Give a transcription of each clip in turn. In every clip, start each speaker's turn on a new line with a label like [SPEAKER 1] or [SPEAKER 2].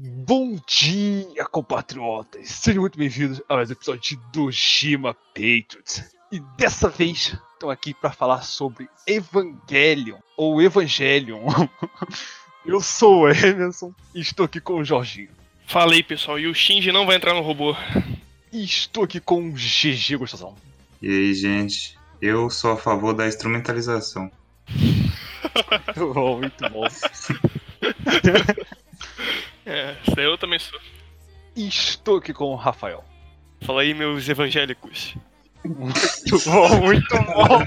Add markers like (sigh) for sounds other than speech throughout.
[SPEAKER 1] Bom dia, compatriotas! Sejam muito bem-vindos a mais um episódio de Dojima Patriots. E dessa vez, estão aqui para falar sobre Evangelion, ou Evangelion. (laughs) Eu sou o Emerson e estou aqui com o Jorginho.
[SPEAKER 2] Falei, pessoal, e o Shinji não vai entrar no robô.
[SPEAKER 1] E estou aqui com o GG Gostosão. (laughs)
[SPEAKER 3] E aí, gente? Eu sou a favor da instrumentalização.
[SPEAKER 1] Muito bom, Oh, muito bom.
[SPEAKER 2] É, isso daí eu também sou.
[SPEAKER 1] E estou aqui com o Rafael.
[SPEAKER 2] Fala aí, meus evangélicos.
[SPEAKER 1] Muito bom, muito bom.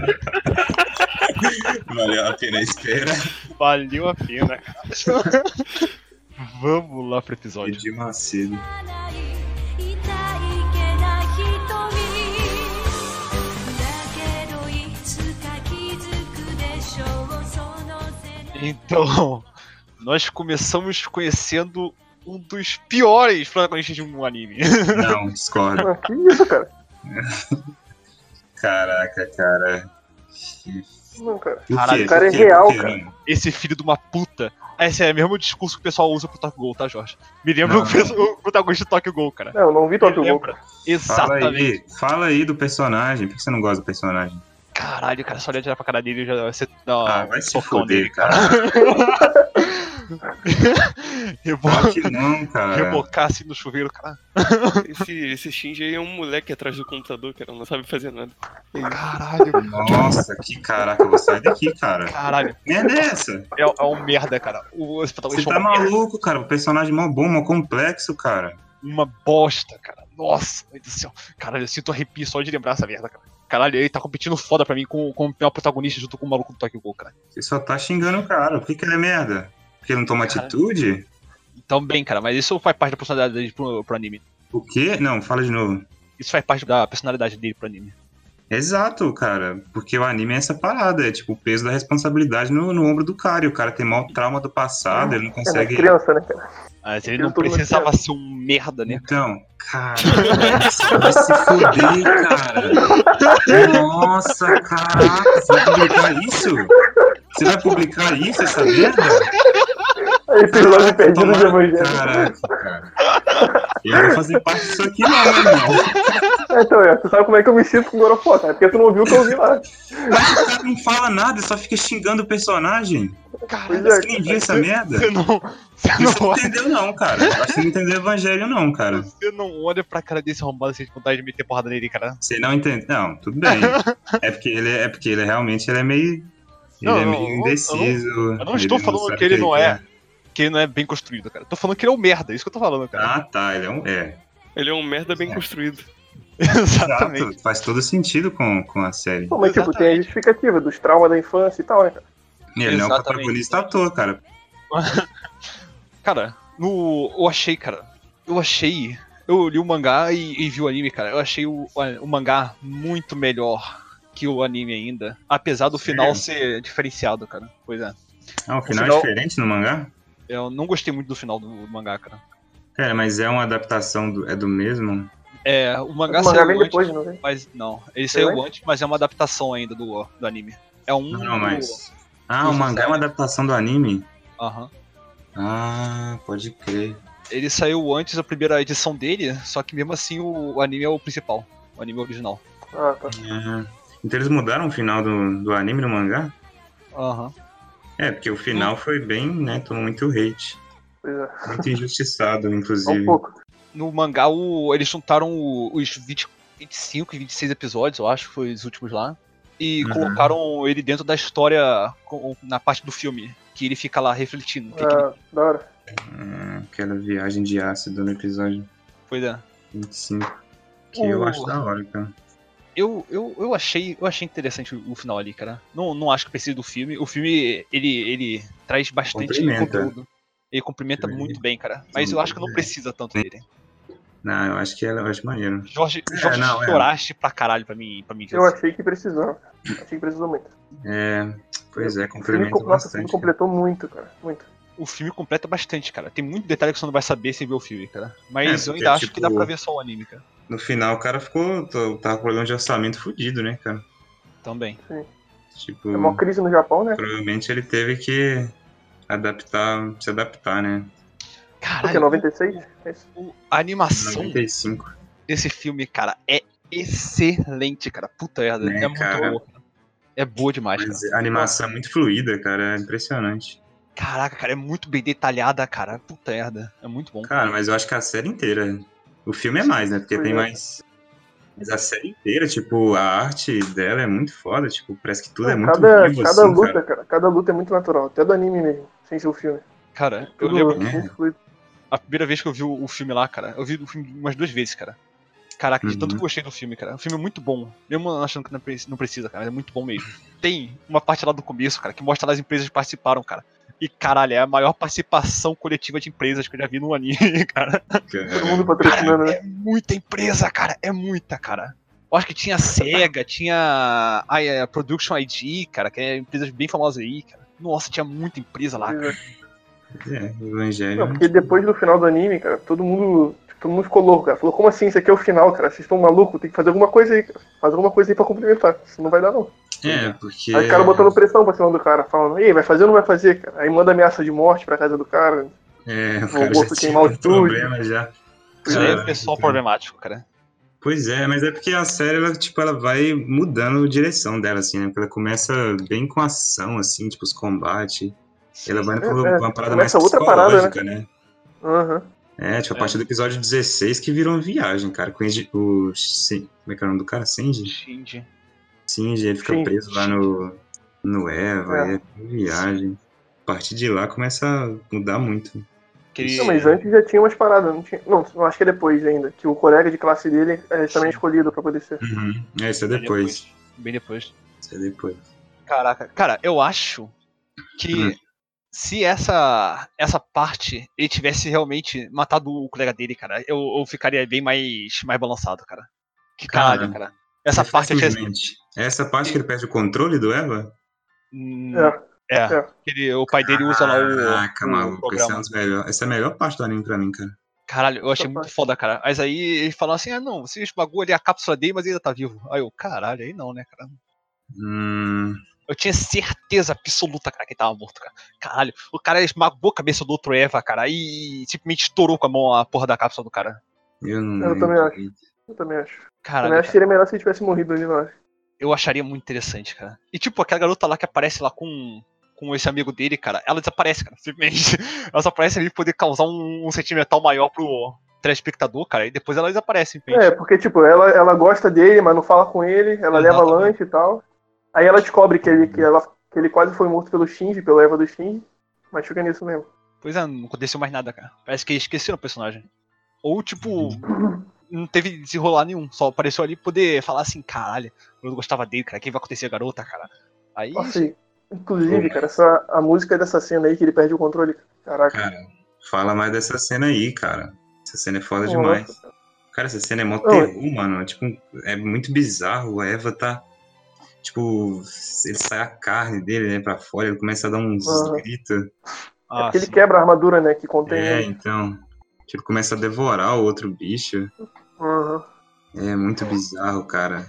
[SPEAKER 2] (laughs)
[SPEAKER 3] Valeu a pena a espera.
[SPEAKER 1] Valeu a pena, cara. Vamos lá pro
[SPEAKER 3] (laughs) E
[SPEAKER 1] episódio.
[SPEAKER 3] de Macedo.
[SPEAKER 4] 「痛いけな瞳」「だけどいつか気づくでしょうその背中」
[SPEAKER 1] Então, nós começamos conhecendo um dos piores protagonistas de um anime.
[SPEAKER 3] Não, discordo.
[SPEAKER 5] Que isso, cara?
[SPEAKER 3] Caraca, cara.
[SPEAKER 5] Não, cara.
[SPEAKER 3] Por
[SPEAKER 1] Caralho,
[SPEAKER 3] quê?
[SPEAKER 1] o
[SPEAKER 5] cara é
[SPEAKER 3] Por quê?
[SPEAKER 5] real,
[SPEAKER 3] Por quê,
[SPEAKER 5] cara.
[SPEAKER 3] mano?
[SPEAKER 1] Esse filho de uma puta. Esse é o mesmo discurso que o pessoal usa pro Tokyo Gol, tá, Jorge? Me lembra
[SPEAKER 3] Não.
[SPEAKER 1] o perso- o protagonista do Tokyo Gol, cara.
[SPEAKER 5] Não, eu não vi Tokyo Ghoul.
[SPEAKER 1] Lembra?
[SPEAKER 3] Fala
[SPEAKER 1] Exatamente.
[SPEAKER 3] aí, fala aí do personagem. Por que você não gosta do personagem?
[SPEAKER 1] Caralho, cara, só olhar pra cara dele já vai ser. Não,
[SPEAKER 3] ah, vai se
[SPEAKER 1] socão
[SPEAKER 3] foder,
[SPEAKER 1] nele,
[SPEAKER 3] cara.
[SPEAKER 1] (laughs) Rebo...
[SPEAKER 3] Claro que é. não, cara.
[SPEAKER 1] Rebocar assim no chuveiro, cara.
[SPEAKER 2] Esse, esse Shinji aí é um moleque atrás do computador, cara, não sabe fazer nada.
[SPEAKER 1] Caralho,
[SPEAKER 3] Nossa, que caraca, vou sair daqui, cara.
[SPEAKER 1] caralho.
[SPEAKER 3] Que merda é dessa?
[SPEAKER 1] É, é um merda, cara. O, esse
[SPEAKER 3] Você
[SPEAKER 1] protagonista é
[SPEAKER 3] tá
[SPEAKER 1] uma,
[SPEAKER 3] maluco, cara. O personagem mó bom, mó complexo, cara.
[SPEAKER 1] uma bosta, cara. Nossa, meu Deus do céu. Caralho, eu sinto arrepio só de lembrar essa merda, cara. Caralho, ele tá competindo foda pra mim com, com o pior protagonista junto com o maluco do Tokyo Gol, cara.
[SPEAKER 3] Você só tá xingando o cara. Por que, que ele é merda? Porque ele não toma
[SPEAKER 1] Cara.
[SPEAKER 3] atitude?
[SPEAKER 1] Também, cara, mas isso faz parte da personalidade dele pro, pro anime.
[SPEAKER 3] O quê? Não, fala de novo.
[SPEAKER 1] Isso faz parte da personalidade dele pro anime.
[SPEAKER 3] Exato, cara. Porque o anime é essa parada, é tipo o peso da responsabilidade no, no ombro do cara. E o cara tem maior trauma do passado, ele não
[SPEAKER 5] É uma
[SPEAKER 3] consegue.
[SPEAKER 5] criança, né, cara?
[SPEAKER 1] Mas Ah, ele não
[SPEAKER 5] Eu tô
[SPEAKER 1] precisava ser um merda, né?
[SPEAKER 3] Então, cara, você vai se foder, cara. Nossa, caraca, você vai publicar isso? Você vai publicar isso, essa merda?
[SPEAKER 5] Esse É episódio perdido de
[SPEAKER 3] Tomara-
[SPEAKER 5] evangelho.
[SPEAKER 3] Caraca, cara. Eu não vou fazer parte disso aqui, não, meu irmão.
[SPEAKER 5] É, Então, é, tu sabe como é que eu me sinto com o Gorofó, cara? Porque tu não ouviu o que eu vi lá.
[SPEAKER 3] Mas o cara não fala nada, só fica xingando o personagem.
[SPEAKER 5] Pois
[SPEAKER 1] Caralho,
[SPEAKER 5] é,
[SPEAKER 3] Você nem viu essa merda?
[SPEAKER 1] (laughs) você não. Você
[SPEAKER 3] Você
[SPEAKER 1] não
[SPEAKER 3] não
[SPEAKER 1] olha.
[SPEAKER 3] entendeu, não, cara. Eu Acho que não entendeu o evangelho, não, cara.
[SPEAKER 1] Você não olha pra cara desse arrombado sem vontade de meter porrada nele, cara.
[SPEAKER 3] Você não entende. Não, tudo bem. É porque ele é porque ele realmente ele é meio. Ele
[SPEAKER 1] Não,
[SPEAKER 3] é
[SPEAKER 1] não,
[SPEAKER 3] meio
[SPEAKER 1] eu não-
[SPEAKER 3] indeciso.
[SPEAKER 1] eu não estou
[SPEAKER 3] ele
[SPEAKER 1] falando
[SPEAKER 3] sabe
[SPEAKER 1] que ele
[SPEAKER 3] o
[SPEAKER 1] não
[SPEAKER 3] quer.
[SPEAKER 1] Que ele não é bem construído, cara. Tô falando que ele é um merda, é isso que eu tô falando, cara.
[SPEAKER 3] Ah, tá. Ele é um. É.
[SPEAKER 2] Ele é um merda bem construído.
[SPEAKER 1] (laughs) Exatamente.
[SPEAKER 3] Exato. Faz todo sentido com, com a série.
[SPEAKER 5] Pô, mas, tipo, tem a justificativa dos traumas da infância e tal, né, cara?
[SPEAKER 3] E Ele não é um
[SPEAKER 1] Exatamente.
[SPEAKER 3] protagonista à toa, cara.
[SPEAKER 1] Cara, no. Eu achei, cara. Eu achei. Eu li o mangá e, e vi o anime, cara. Eu achei o, o mangá muito melhor que o anime ainda. Apesar do final ser diferenciado, cara. Pois é.
[SPEAKER 3] Ah, o final,
[SPEAKER 1] final-
[SPEAKER 3] é diferente no mangá?
[SPEAKER 1] Eu não gostei muito do final do mangá, cara.
[SPEAKER 3] Cara, mas é uma adaptação do. É do mesmo?
[SPEAKER 1] É, o
[SPEAKER 5] O
[SPEAKER 1] mangá
[SPEAKER 5] mangá
[SPEAKER 1] saiu
[SPEAKER 5] vem
[SPEAKER 1] antes,
[SPEAKER 5] depois, né? não vem?
[SPEAKER 1] mas não. Ele
[SPEAKER 5] Foi
[SPEAKER 1] saiu antes, mas é uma adaptação ainda do, do anime. É um.
[SPEAKER 3] Não, mas. Ah, o
[SPEAKER 1] Isso,
[SPEAKER 3] mangá é uma
[SPEAKER 1] sério.
[SPEAKER 3] adaptação do anime?
[SPEAKER 1] Aham.
[SPEAKER 3] Ah, pode crer.
[SPEAKER 1] Ele saiu antes da primeira edição dele, só que mesmo assim o, o anime é o principal. O anime original.
[SPEAKER 5] Ah, tá.
[SPEAKER 3] Ah, Então eles mudaram o final do, do anime no mangá?
[SPEAKER 1] Aham.
[SPEAKER 3] É, porque o final foi bem, né? Tomou muito hate.
[SPEAKER 5] Pois é.
[SPEAKER 3] Muito
[SPEAKER 5] (laughs)
[SPEAKER 3] injustiçado,
[SPEAKER 5] Só um
[SPEAKER 3] inclusive.
[SPEAKER 5] pouco.
[SPEAKER 1] no mangá o- eles juntaram o- os 20, 25 e 26 episódios, eu acho, foi os últimos lá. E
[SPEAKER 3] Uhum.
[SPEAKER 1] colocaram ele dentro da história com- na parte do filme, que ele fica lá refletindo. o que que ele-
[SPEAKER 5] Ah, da hora.
[SPEAKER 3] Ah, Aquela viagem de ácido no episódio
[SPEAKER 1] Pois é.
[SPEAKER 3] 25. Que eu
[SPEAKER 1] O-
[SPEAKER 3] acho da hora, cara.
[SPEAKER 1] Eu, eu, eu, achei, eu achei interessante o o final ali, cara. Não, não acho que precise do filme. O filme, ele, ele traz bastante
[SPEAKER 3] Cumprimenta.
[SPEAKER 1] conteúdo. Ele cumprimenta
[SPEAKER 3] Sim.
[SPEAKER 1] muito bem, cara. Mas eu acho que não precisa tanto dele.
[SPEAKER 3] Não, eu acho que ela eu acho maneiro.
[SPEAKER 1] Jorge,
[SPEAKER 3] É,
[SPEAKER 1] Jorge
[SPEAKER 3] não, é.
[SPEAKER 1] choraste pra caralho pra mim, pra mim ver
[SPEAKER 5] Eu
[SPEAKER 1] isso.
[SPEAKER 5] achei que precisou. Achei que precisou muito.
[SPEAKER 3] É. Pois é,
[SPEAKER 5] O filme,
[SPEAKER 3] complementa
[SPEAKER 5] com- um nossa, o filme
[SPEAKER 3] bastante.
[SPEAKER 5] completou muito, cara. Muito. É
[SPEAKER 1] o filme completa bastante, cara. Tem muito detalhe que você não vai saber sem ver o filme, cara.
[SPEAKER 3] É,
[SPEAKER 1] Mas
[SPEAKER 3] porque,
[SPEAKER 1] eu ainda acho
[SPEAKER 3] tipo,
[SPEAKER 1] que dá pra ver só o anime, cara.
[SPEAKER 3] No final o cara ficou. tô- Tava com problema de orçamento fudido, né, cara?
[SPEAKER 1] Também.
[SPEAKER 3] Tipo.
[SPEAKER 5] É uma crise no Japão, né?
[SPEAKER 3] Provavelmente ele teve que adaptar, se adaptar, né?
[SPEAKER 5] Porque
[SPEAKER 1] Caralho,
[SPEAKER 5] 96? É isso.
[SPEAKER 1] o- a animação
[SPEAKER 3] 95.
[SPEAKER 1] desse filme, cara, é excelente, cara. Puta merda,
[SPEAKER 3] Né,
[SPEAKER 1] é muito
[SPEAKER 3] cara?
[SPEAKER 1] boa. cara. É boa demais, cara.
[SPEAKER 3] Mas a animação é muito fluida, cara. É impressionante.
[SPEAKER 1] Caraca, cara, é muito bem detalhada, cara. Puta merda, é muito bom.
[SPEAKER 3] Cara, mas eu acho que a série inteira. O filme é mais, né? Porque tem mais. Mas a série inteira, tipo, a arte dela é muito foda. Tipo, parece que tudo é muito
[SPEAKER 5] cada,
[SPEAKER 3] vivo,
[SPEAKER 5] cada
[SPEAKER 3] assim,
[SPEAKER 5] luta,
[SPEAKER 3] cara.
[SPEAKER 5] cara. cada luta é muito natural, até do anime mesmo, sem ser o filme.
[SPEAKER 1] Cara, eu
[SPEAKER 5] Tudo
[SPEAKER 1] lembro
[SPEAKER 5] muito fluido.
[SPEAKER 1] a primeira vez que eu vi o, o filme lá, cara. Eu vi o filme umas duas vezes, cara. Caraca, de tanto que eu gostei do filme, cara. O filme é muito bom. Mesmo achando que não pre- não precisa, cara, mas é muito bom mesmo. Tem uma parte lá do começo, cara, que mostra lá as empresas que participaram, cara. E caralho, é a maior participação coletiva de empresas que eu já vi no anime, (laughs) cara.
[SPEAKER 5] Todo
[SPEAKER 3] cara.
[SPEAKER 5] mundo patrocinando, né?
[SPEAKER 1] É muita empresa, cara. É muita, cara. Eu acho que tinha a SEGA, tinha a, a Production ID, cara, que é empresas bem famosas aí, cara. Nossa, tinha muita empresa lá. cara.
[SPEAKER 3] É, Evangelho.
[SPEAKER 5] Não, porque depois do final do anime, cara, todo mundo. tipo, Todo mundo ficou louco, cara. Falou, como assim? Isso aqui é o final, cara. Vocês estão malucos? Tem que fazer alguma coisa aí, cara. Faz alguma coisa aí pra complementar. Isso não vai dar, não.
[SPEAKER 3] É, porque.
[SPEAKER 5] Aí o cara botando pressão pra cima do cara, falando, ei, vai fazer ou não vai fazer, cara? Aí manda ameaça de morte pra casa do cara.
[SPEAKER 3] É, o
[SPEAKER 5] Vou-
[SPEAKER 3] cara
[SPEAKER 5] vou
[SPEAKER 3] já tinha
[SPEAKER 5] queimar o
[SPEAKER 3] um
[SPEAKER 5] estúdio.
[SPEAKER 3] problema já.
[SPEAKER 1] Isso aí é
[SPEAKER 3] Ah,
[SPEAKER 1] pessoal
[SPEAKER 3] então.
[SPEAKER 1] problemático, cara.
[SPEAKER 3] Pois é, mas é porque a série, ela, tipo, ela vai mudando a direção dela, assim, né? Porque ela começa bem com ação, assim, tipo, os combates. Ela vai pra
[SPEAKER 5] É, é,
[SPEAKER 3] uma parada mais
[SPEAKER 5] começa outra parada,
[SPEAKER 3] psicológica, né?
[SPEAKER 5] Aham.
[SPEAKER 3] É, tipo, a
[SPEAKER 1] É.
[SPEAKER 3] partir do episódio 16 que virou uma viagem, cara. Com o Eiji- o. Sen- Como é que é o nome do cara? Senji?
[SPEAKER 1] Shinji.
[SPEAKER 3] Senji, ele fica
[SPEAKER 5] Shinji.
[SPEAKER 3] preso lá no. No Eva,
[SPEAKER 5] É.
[SPEAKER 3] é, uma viagem. A partir de lá começa a mudar muito.
[SPEAKER 1] Aquele-
[SPEAKER 5] Não, mas antes já tinha umas paradas, não tinha. Não, eu acho que é depois ainda. Que o colega de classe dele é também escolhido pra poder ser.
[SPEAKER 3] Uhum. É, isso é
[SPEAKER 1] Bem
[SPEAKER 3] depois.
[SPEAKER 1] Bem depois.
[SPEAKER 3] Isso é depois.
[SPEAKER 1] Caraca. Cara, eu acho que
[SPEAKER 3] Hum.
[SPEAKER 1] se essa essa parte ele tivesse realmente matado o colega dele, cara, eu, eu ficaria bem mais, mais balançado, cara. Que caralho, cara. Essa parte eu tinha.
[SPEAKER 3] Infelizmente. Essa parte que ele perde o controle do Eva?
[SPEAKER 1] Hum,
[SPEAKER 5] É.
[SPEAKER 1] É,
[SPEAKER 5] É.
[SPEAKER 1] que ele- o pai dele usa lá é o.
[SPEAKER 3] Caraca,
[SPEAKER 1] o
[SPEAKER 3] maluco. Essa é,
[SPEAKER 1] programa.
[SPEAKER 3] um dos melhor- essa é a melhor parte do anime pra mim, cara.
[SPEAKER 1] Caralho, eu achei
[SPEAKER 5] Essa
[SPEAKER 1] muito
[SPEAKER 5] parte.
[SPEAKER 1] foda, cara. Mas aí ele falou assim: ah, não, você esmagou ali a cápsula dele, mas ele ainda tá vivo. Aí eu, caralho, aí não, né, cara?
[SPEAKER 3] Hum,
[SPEAKER 1] Eu tinha certeza absoluta, cara, que ele tava morto, cara. Caralho, o cara esmagou a cabeça do outro Eva, cara, e simplesmente estourou com a mão a porra da cápsula do cara.
[SPEAKER 3] eu não
[SPEAKER 5] Eu também
[SPEAKER 3] lembro.
[SPEAKER 5] Eu também acho. Eu
[SPEAKER 1] Caralho,
[SPEAKER 5] também acho
[SPEAKER 1] cara,
[SPEAKER 5] que seria melhor se ele tivesse morrido ali, não acho.
[SPEAKER 1] eu acharia muito interessante, cara. E tipo, aquela garota lá que aparece lá com, com esse amigo dele, cara, ela desaparece, cara, simplesmente. (laughs) Ela só aparece ali pra poder causar um, um sentimental maior pro telespectador, cara, e depois ela desaparece, simplesmente.
[SPEAKER 5] É, porque, tipo, ela, ela gosta dele, mas não fala com ele, ela leva
[SPEAKER 1] Exatamente.
[SPEAKER 5] lanche e tal. Aí ela descobre que ele, que, ela, que ele quase foi morto pelo Shinji, pelo Eva do Shinji, mas fica nisso mesmo.
[SPEAKER 1] Pois é, não aconteceu mais nada, cara. Parece que esqueceram o personagem. Ou, tipo,
[SPEAKER 5] Uhum.
[SPEAKER 1] não teve desenrolar nenhum. Só apareceu ali poder falar assim, caralho, eu gostava dele, cara. Quem vai acontecer, garota, cara? Aí.
[SPEAKER 5] Nossa, e- inclusive, cara, essa, a música dessa cena aí que ele perde o controle. Caraca. É
[SPEAKER 3] Cara, fala mais dessa cena aí, cara. Essa cena é foda
[SPEAKER 5] Nossa,
[SPEAKER 3] demais.
[SPEAKER 5] cara.
[SPEAKER 3] Cara, essa cena é mó
[SPEAKER 5] Não,
[SPEAKER 3] terror, mano. É, Tipo, é muito bizarro. A Eva tá. Tipo, ele sai a carne dele, né, pra fora, ele começa a dar uns
[SPEAKER 5] Aham.
[SPEAKER 3] gritos.
[SPEAKER 5] É
[SPEAKER 1] ah,
[SPEAKER 5] porque ele
[SPEAKER 1] sim.
[SPEAKER 5] quebra a armadura, né, que contém.
[SPEAKER 3] É,
[SPEAKER 5] ele.
[SPEAKER 3] então. Tipo, ele começa a devorar o outro bicho.
[SPEAKER 5] Aham.
[SPEAKER 3] É muito bizarro, cara.
[SPEAKER 5] Uhum.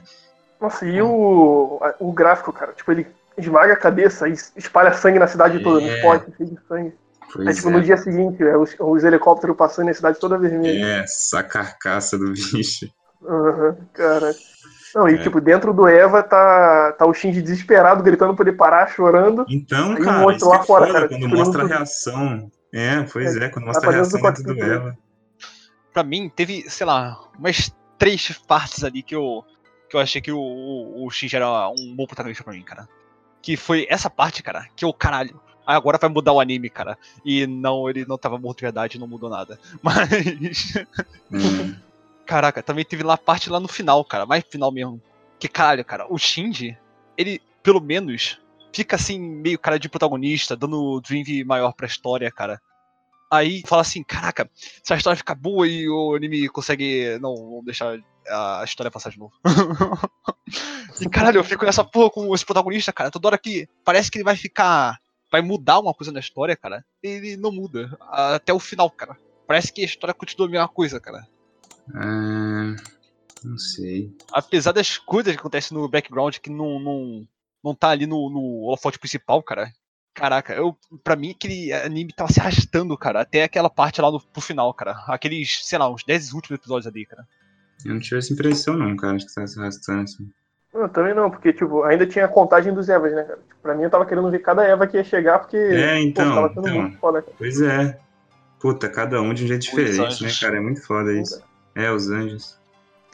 [SPEAKER 5] Nossa, e
[SPEAKER 3] Hum.
[SPEAKER 5] o, a- o gráfico, cara, tipo, ele esmaga a cabeça e espalha sangue na cidade toda,
[SPEAKER 3] É.
[SPEAKER 5] no pote, cheio de sangue. Aí,
[SPEAKER 3] Pois
[SPEAKER 5] tipo, no dia seguinte, é, os, os helicópteros passando e a cidade toda vermelha.
[SPEAKER 3] é. é, essa carcaça do (laughs) bicho.
[SPEAKER 5] Aham, cara. Não, e
[SPEAKER 3] É.
[SPEAKER 5] tipo, dentro do Eva tá, tá o Shinji desesperado, gritando pra ele parar, chorando.
[SPEAKER 3] Então,
[SPEAKER 5] Aí
[SPEAKER 3] cara,
[SPEAKER 5] mostra
[SPEAKER 3] isso que
[SPEAKER 5] lá
[SPEAKER 3] é
[SPEAKER 5] fora,
[SPEAKER 3] foda,
[SPEAKER 5] cara,
[SPEAKER 3] quando
[SPEAKER 5] tipo,
[SPEAKER 3] mostra a
[SPEAKER 5] tudo.
[SPEAKER 3] reação. É, pois é, quando mostra a
[SPEAKER 5] pra dentro
[SPEAKER 3] reação
[SPEAKER 5] tá do
[SPEAKER 3] dentro
[SPEAKER 5] né?
[SPEAKER 3] do
[SPEAKER 5] corpinho,
[SPEAKER 3] Eva.
[SPEAKER 1] Pra mim, teve, sei lá, umas três partes ali que eu. Que eu achei que o, o, o Shinji era um bom protagonista pra mim, cara. Que foi essa parte, cara, que eu, caralho. ah, Agora vai mudar o anime, cara. E não, ele não tava morto de verdade, não mudou nada. (laughs) Mas.
[SPEAKER 5] (laughs)
[SPEAKER 3] Hum,
[SPEAKER 1] Caraca, também teve lá a parte lá no final, cara. Mais final mesmo. Que caralho, cara. O Shinji, ele, pelo menos, fica assim, meio cara de protagonista, dando o drive maior pra história, cara. Aí fala assim, caraca, se a história ficar boa e o anime consegue. Não, vamos deixar a história passar de novo. (laughs) e caralho, eu fico nessa porra com esse protagonista, cara. Toda hora que parece que ele vai ficar. Vai mudar uma coisa na história, cara. Ele não muda. Até o final, cara. Parece que a história continua a mesma coisa, cara
[SPEAKER 3] ah, não sei.
[SPEAKER 1] apesar das coisas que acontecem no background que não, não, não tá ali no, no holofote principal, cara, Caraca, eu, pra mim aquele anime tava se arrastando, cara, até aquela parte lá no, pro final, cara. Aqueles, sei lá, uns 10 últimos episódios ali,
[SPEAKER 3] (laughs)
[SPEAKER 1] cara. (laughs)
[SPEAKER 3] Eu não tive essa impressão, não, cara. Acho que tá se arrastando assim.
[SPEAKER 5] Não, também não, porque, tipo, ainda tinha a contagem dos Evas, né, cara? Tipo, pra mim, eu tava querendo ver cada Eva que ia chegar, porque...
[SPEAKER 3] É, então,
[SPEAKER 5] tava sendo
[SPEAKER 3] então.
[SPEAKER 5] muito foda, cara.
[SPEAKER 3] Pois é. Puta, cada um de um jeito
[SPEAKER 1] Os
[SPEAKER 3] diferente, né,
[SPEAKER 1] anjos.
[SPEAKER 3] cara? É muito foda isso. É, os anjos.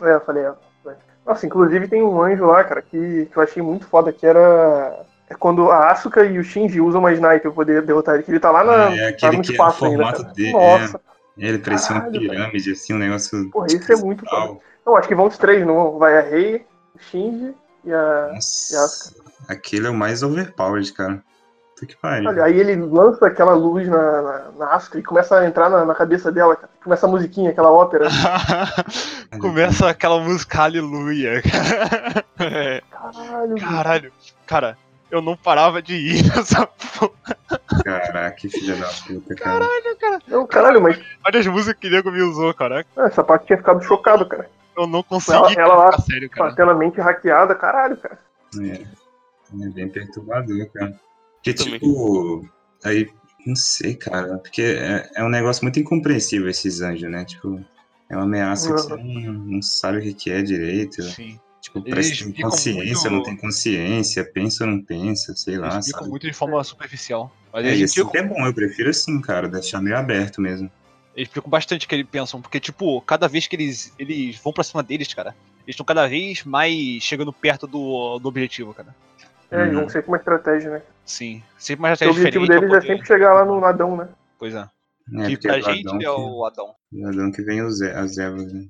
[SPEAKER 5] É, eu falei, é. vai. Nossa, inclusive tem um anjo lá, cara, que, que eu achei muito foda, que era... É quando a Asuka e o Shinji usam uma sniper pra poder derrotar ele, que ele tá lá na...
[SPEAKER 3] É,
[SPEAKER 5] tá
[SPEAKER 3] aquele
[SPEAKER 5] no
[SPEAKER 3] que é o
[SPEAKER 5] espaço ainda,
[SPEAKER 3] formato
[SPEAKER 5] cara.
[SPEAKER 3] dele, é.
[SPEAKER 5] Nossa,
[SPEAKER 3] Ele parecia uma
[SPEAKER 5] Caralho,
[SPEAKER 3] pirâmide, assim, um negócio.
[SPEAKER 5] porra, isso é muito foda.
[SPEAKER 3] brutal.
[SPEAKER 5] Não, acho que vão os três, não vão? Vai a Rei, o Shinji e a...
[SPEAKER 3] Nossa, aquele é o mais overpowered, cara. Puta que pariu.
[SPEAKER 5] Olha, aí ele lança aquela luz na, na, na Asuka e começa a entrar na, na cabeça dela, cara. Começa a musiquinha, aquela ópera.
[SPEAKER 1] Começa aquela música Aleluia, cara.
[SPEAKER 3] É.
[SPEAKER 5] Caralho,
[SPEAKER 1] (laughs) Caralho, cara, eu não parava de ir (laughs) nessa porra,
[SPEAKER 3] Caraca, que filha da puta, cara.
[SPEAKER 1] cara.
[SPEAKER 5] Não, caralho, mas
[SPEAKER 1] Olha as músicas que o nego me usou, cara.
[SPEAKER 5] ah, essa parte tinha ficado chocado, cara.
[SPEAKER 1] Eu não
[SPEAKER 5] Ela-
[SPEAKER 1] consegui
[SPEAKER 5] ela lá-
[SPEAKER 1] ficar sério,
[SPEAKER 5] Com
[SPEAKER 1] cara.
[SPEAKER 5] aquela mente hackeada, caralho, cara.
[SPEAKER 3] É, é bem perturbador, cara. Porque,
[SPEAKER 2] Também.
[SPEAKER 3] tipo, aí, não sei, cara, porque é, é um negócio muito incompreensível esses anjos, né? Tipo, é uma ameaça que você não, não sabe o que que é direito.
[SPEAKER 1] Sim,
[SPEAKER 3] Tipo,
[SPEAKER 1] Eles
[SPEAKER 3] parece que tem
[SPEAKER 1] ficam muito-
[SPEAKER 3] consciência, não tem consciência, pensa ou não pensa, sei lá,
[SPEAKER 1] eles ficam
[SPEAKER 3] sabe?
[SPEAKER 1] muito de forma superficial. Mas
[SPEAKER 3] né? É,
[SPEAKER 1] eles
[SPEAKER 3] isso
[SPEAKER 1] ficam-
[SPEAKER 3] que é bom, eu prefiro assim, cara, deixar meio aberto mesmo.
[SPEAKER 1] Eles explicam bastante o que eles pensam, porque, tipo, cada vez que eles, eles vão pra cima deles, cara, eles estão cada vez mais chegando perto do, do objetivo, cara.
[SPEAKER 5] É, eles
[SPEAKER 3] Uhum.
[SPEAKER 5] vão sempre uma estratégia, né?
[SPEAKER 1] Sim. Sempre mais
[SPEAKER 5] Porque o
[SPEAKER 1] até
[SPEAKER 5] objetivo
[SPEAKER 1] diferente.
[SPEAKER 5] deles
[SPEAKER 1] pra
[SPEAKER 5] é
[SPEAKER 1] poder-
[SPEAKER 5] sempre chegar lá no Adão, né?
[SPEAKER 1] Pois é.
[SPEAKER 3] É,
[SPEAKER 1] que
[SPEAKER 3] porque
[SPEAKER 1] pra
[SPEAKER 3] é o Adão
[SPEAKER 1] gente é o Adão.
[SPEAKER 3] que, o Adão que vem os, e- as ervas, né?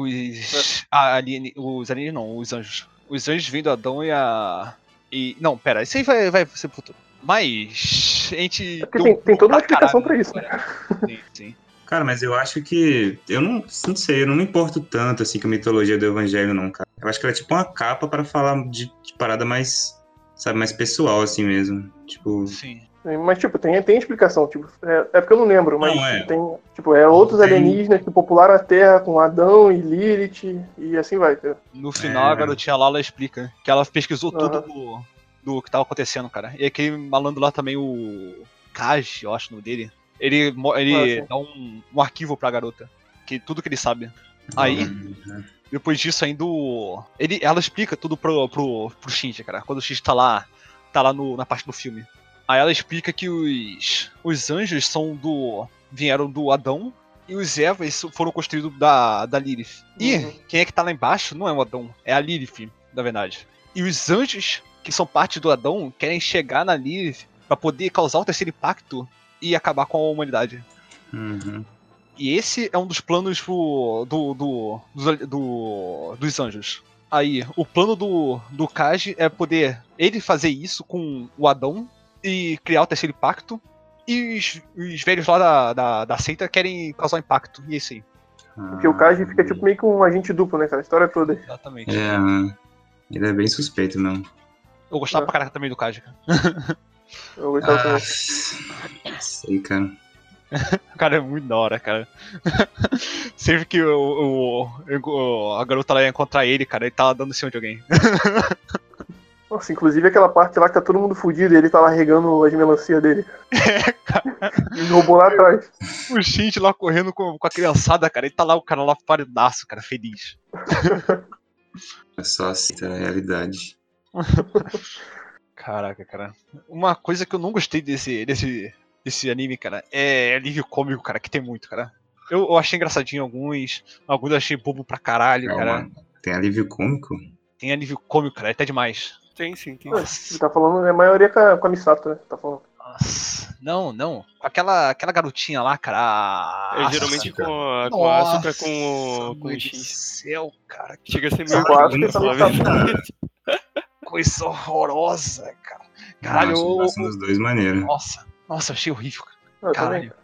[SPEAKER 1] Os. Ah, alien... Os alienígenas não, os anjos. Os anjos vêm do Adão e a. E. Não, pera, isso aí vai, vai ser puto. Mas. A gente.
[SPEAKER 5] É porque tem, tem toda uma
[SPEAKER 1] pra caralho,
[SPEAKER 5] explicação pra isso, né?
[SPEAKER 1] cara. Sim, sim.
[SPEAKER 3] Cara, mas eu acho que. Eu não, não sei, eu não me importo tanto assim com a mitologia do evangelho, não, cara. Eu acho que ela é tipo uma capa para falar de, de parada mais. Sabe, mais pessoal, assim mesmo. Tipo.
[SPEAKER 1] sim.
[SPEAKER 5] Mas, tipo, tem, tem explicação, tipo, é, é porque eu não lembro, mas
[SPEAKER 3] Não, é.
[SPEAKER 5] tem, tipo, é outros
[SPEAKER 3] Tem.
[SPEAKER 5] alienígenas que popularam a Terra com Adão e Lilith e assim vai, entendeu?
[SPEAKER 1] No final, a
[SPEAKER 3] É.
[SPEAKER 1] garotinha lá, ela explica que ela pesquisou tudo do, do que tava acontecendo, cara. E aquele malandro lá também, o Kaj, eu acho o nome dele, ele, mo- ele
[SPEAKER 5] Ah, sim.
[SPEAKER 1] dá um, um arquivo pra garota, que tudo que ele sabe. Aí, depois disso, ainda o- ele, ela explica tudo pro, pro, pro Shinji, cara. Quando o Shinji tá lá, tá lá no- na parte do filme. Aí ela explica que os, os anjos são do... vieram do Adão e os Evas foram construídos da, da Lilith. E
[SPEAKER 5] Uhum.
[SPEAKER 1] quem é que tá lá embaixo não é o Adão, é a Lilith, na verdade. E os anjos, que são parte do Adão, querem chegar na Lilith pra poder causar o terceiro impacto e acabar com a humanidade.
[SPEAKER 3] Uhum.
[SPEAKER 1] E esse é um dos planos pro- do, do, dos al- do- dos anjos. Aí, o plano do, do Kaji é poder ele fazer isso com o Adão e criar o terceiro impacto. E os, os velhos lá da, da, da seita querem causar impacto. E é isso aí.
[SPEAKER 5] Porque
[SPEAKER 3] Ah.
[SPEAKER 5] o Kaji fica, tipo, meio que um agente duplo, né, cara? A história toda.
[SPEAKER 1] Exatamente.
[SPEAKER 3] É, né? ele é bem suspeito mesmo.
[SPEAKER 1] Eu gostava
[SPEAKER 5] É.
[SPEAKER 1] pra caraca também do Kaji. cara.
[SPEAKER 5] Eu gostava
[SPEAKER 3] Ah,
[SPEAKER 5] também. então,
[SPEAKER 3] sei, cara.
[SPEAKER 1] O cara é muito da hora, cara. (laughs) Sempre que o, o- o- a garota lá ia encontrar ele, cara, ele tava dando em cima de alguém.
[SPEAKER 5] Nossa, inclusive aquela parte lá que tá todo mundo fudido e ele tá lá regando as melancias dele. E os robôs lá atrás.
[SPEAKER 1] O Shinji lá correndo com, com a criançada, cara. E tá lá o cara lá paridaço, cara, feliz.
[SPEAKER 3] É só aceita a realidade.
[SPEAKER 1] Caraca, cara. Uma coisa que eu não gostei desse, desse, desse anime, cara, é alívio cômico, cara, que tem muito, cara. Eu, eu achei engraçadinho alguns, alguns eu achei bobo pra caralho, cara.
[SPEAKER 3] Calma. Tem alívio cômico?
[SPEAKER 1] Tem alívio cômico, cara, é até demais.
[SPEAKER 2] Tem sim, tem.
[SPEAKER 5] Ele tá falando, né, a maioria com a, com a Misato, né? Tá falando.
[SPEAKER 1] Nossa, não, não. Com aquela, aquela garotinha lá, cara. a-
[SPEAKER 2] É, geralmente
[SPEAKER 3] açúcar.
[SPEAKER 2] com a, com a açúcar
[SPEAKER 1] Nossa,
[SPEAKER 2] com o, com
[SPEAKER 1] mãe
[SPEAKER 2] o
[SPEAKER 1] do
[SPEAKER 2] X.
[SPEAKER 1] céu, cara, que
[SPEAKER 2] Chega a ser
[SPEAKER 5] Eu
[SPEAKER 2] meio
[SPEAKER 5] acho que
[SPEAKER 2] ruim,
[SPEAKER 5] tá
[SPEAKER 2] (laughs) sabe?
[SPEAKER 1] coisa horrorosa, cara. Caralho,
[SPEAKER 3] Nossa,
[SPEAKER 1] eu-
[SPEAKER 3] passa dos dois maneiros.
[SPEAKER 1] Nossa, nossa, eu achei horrível, cara.
[SPEAKER 5] Ah, também.
[SPEAKER 1] Caralho.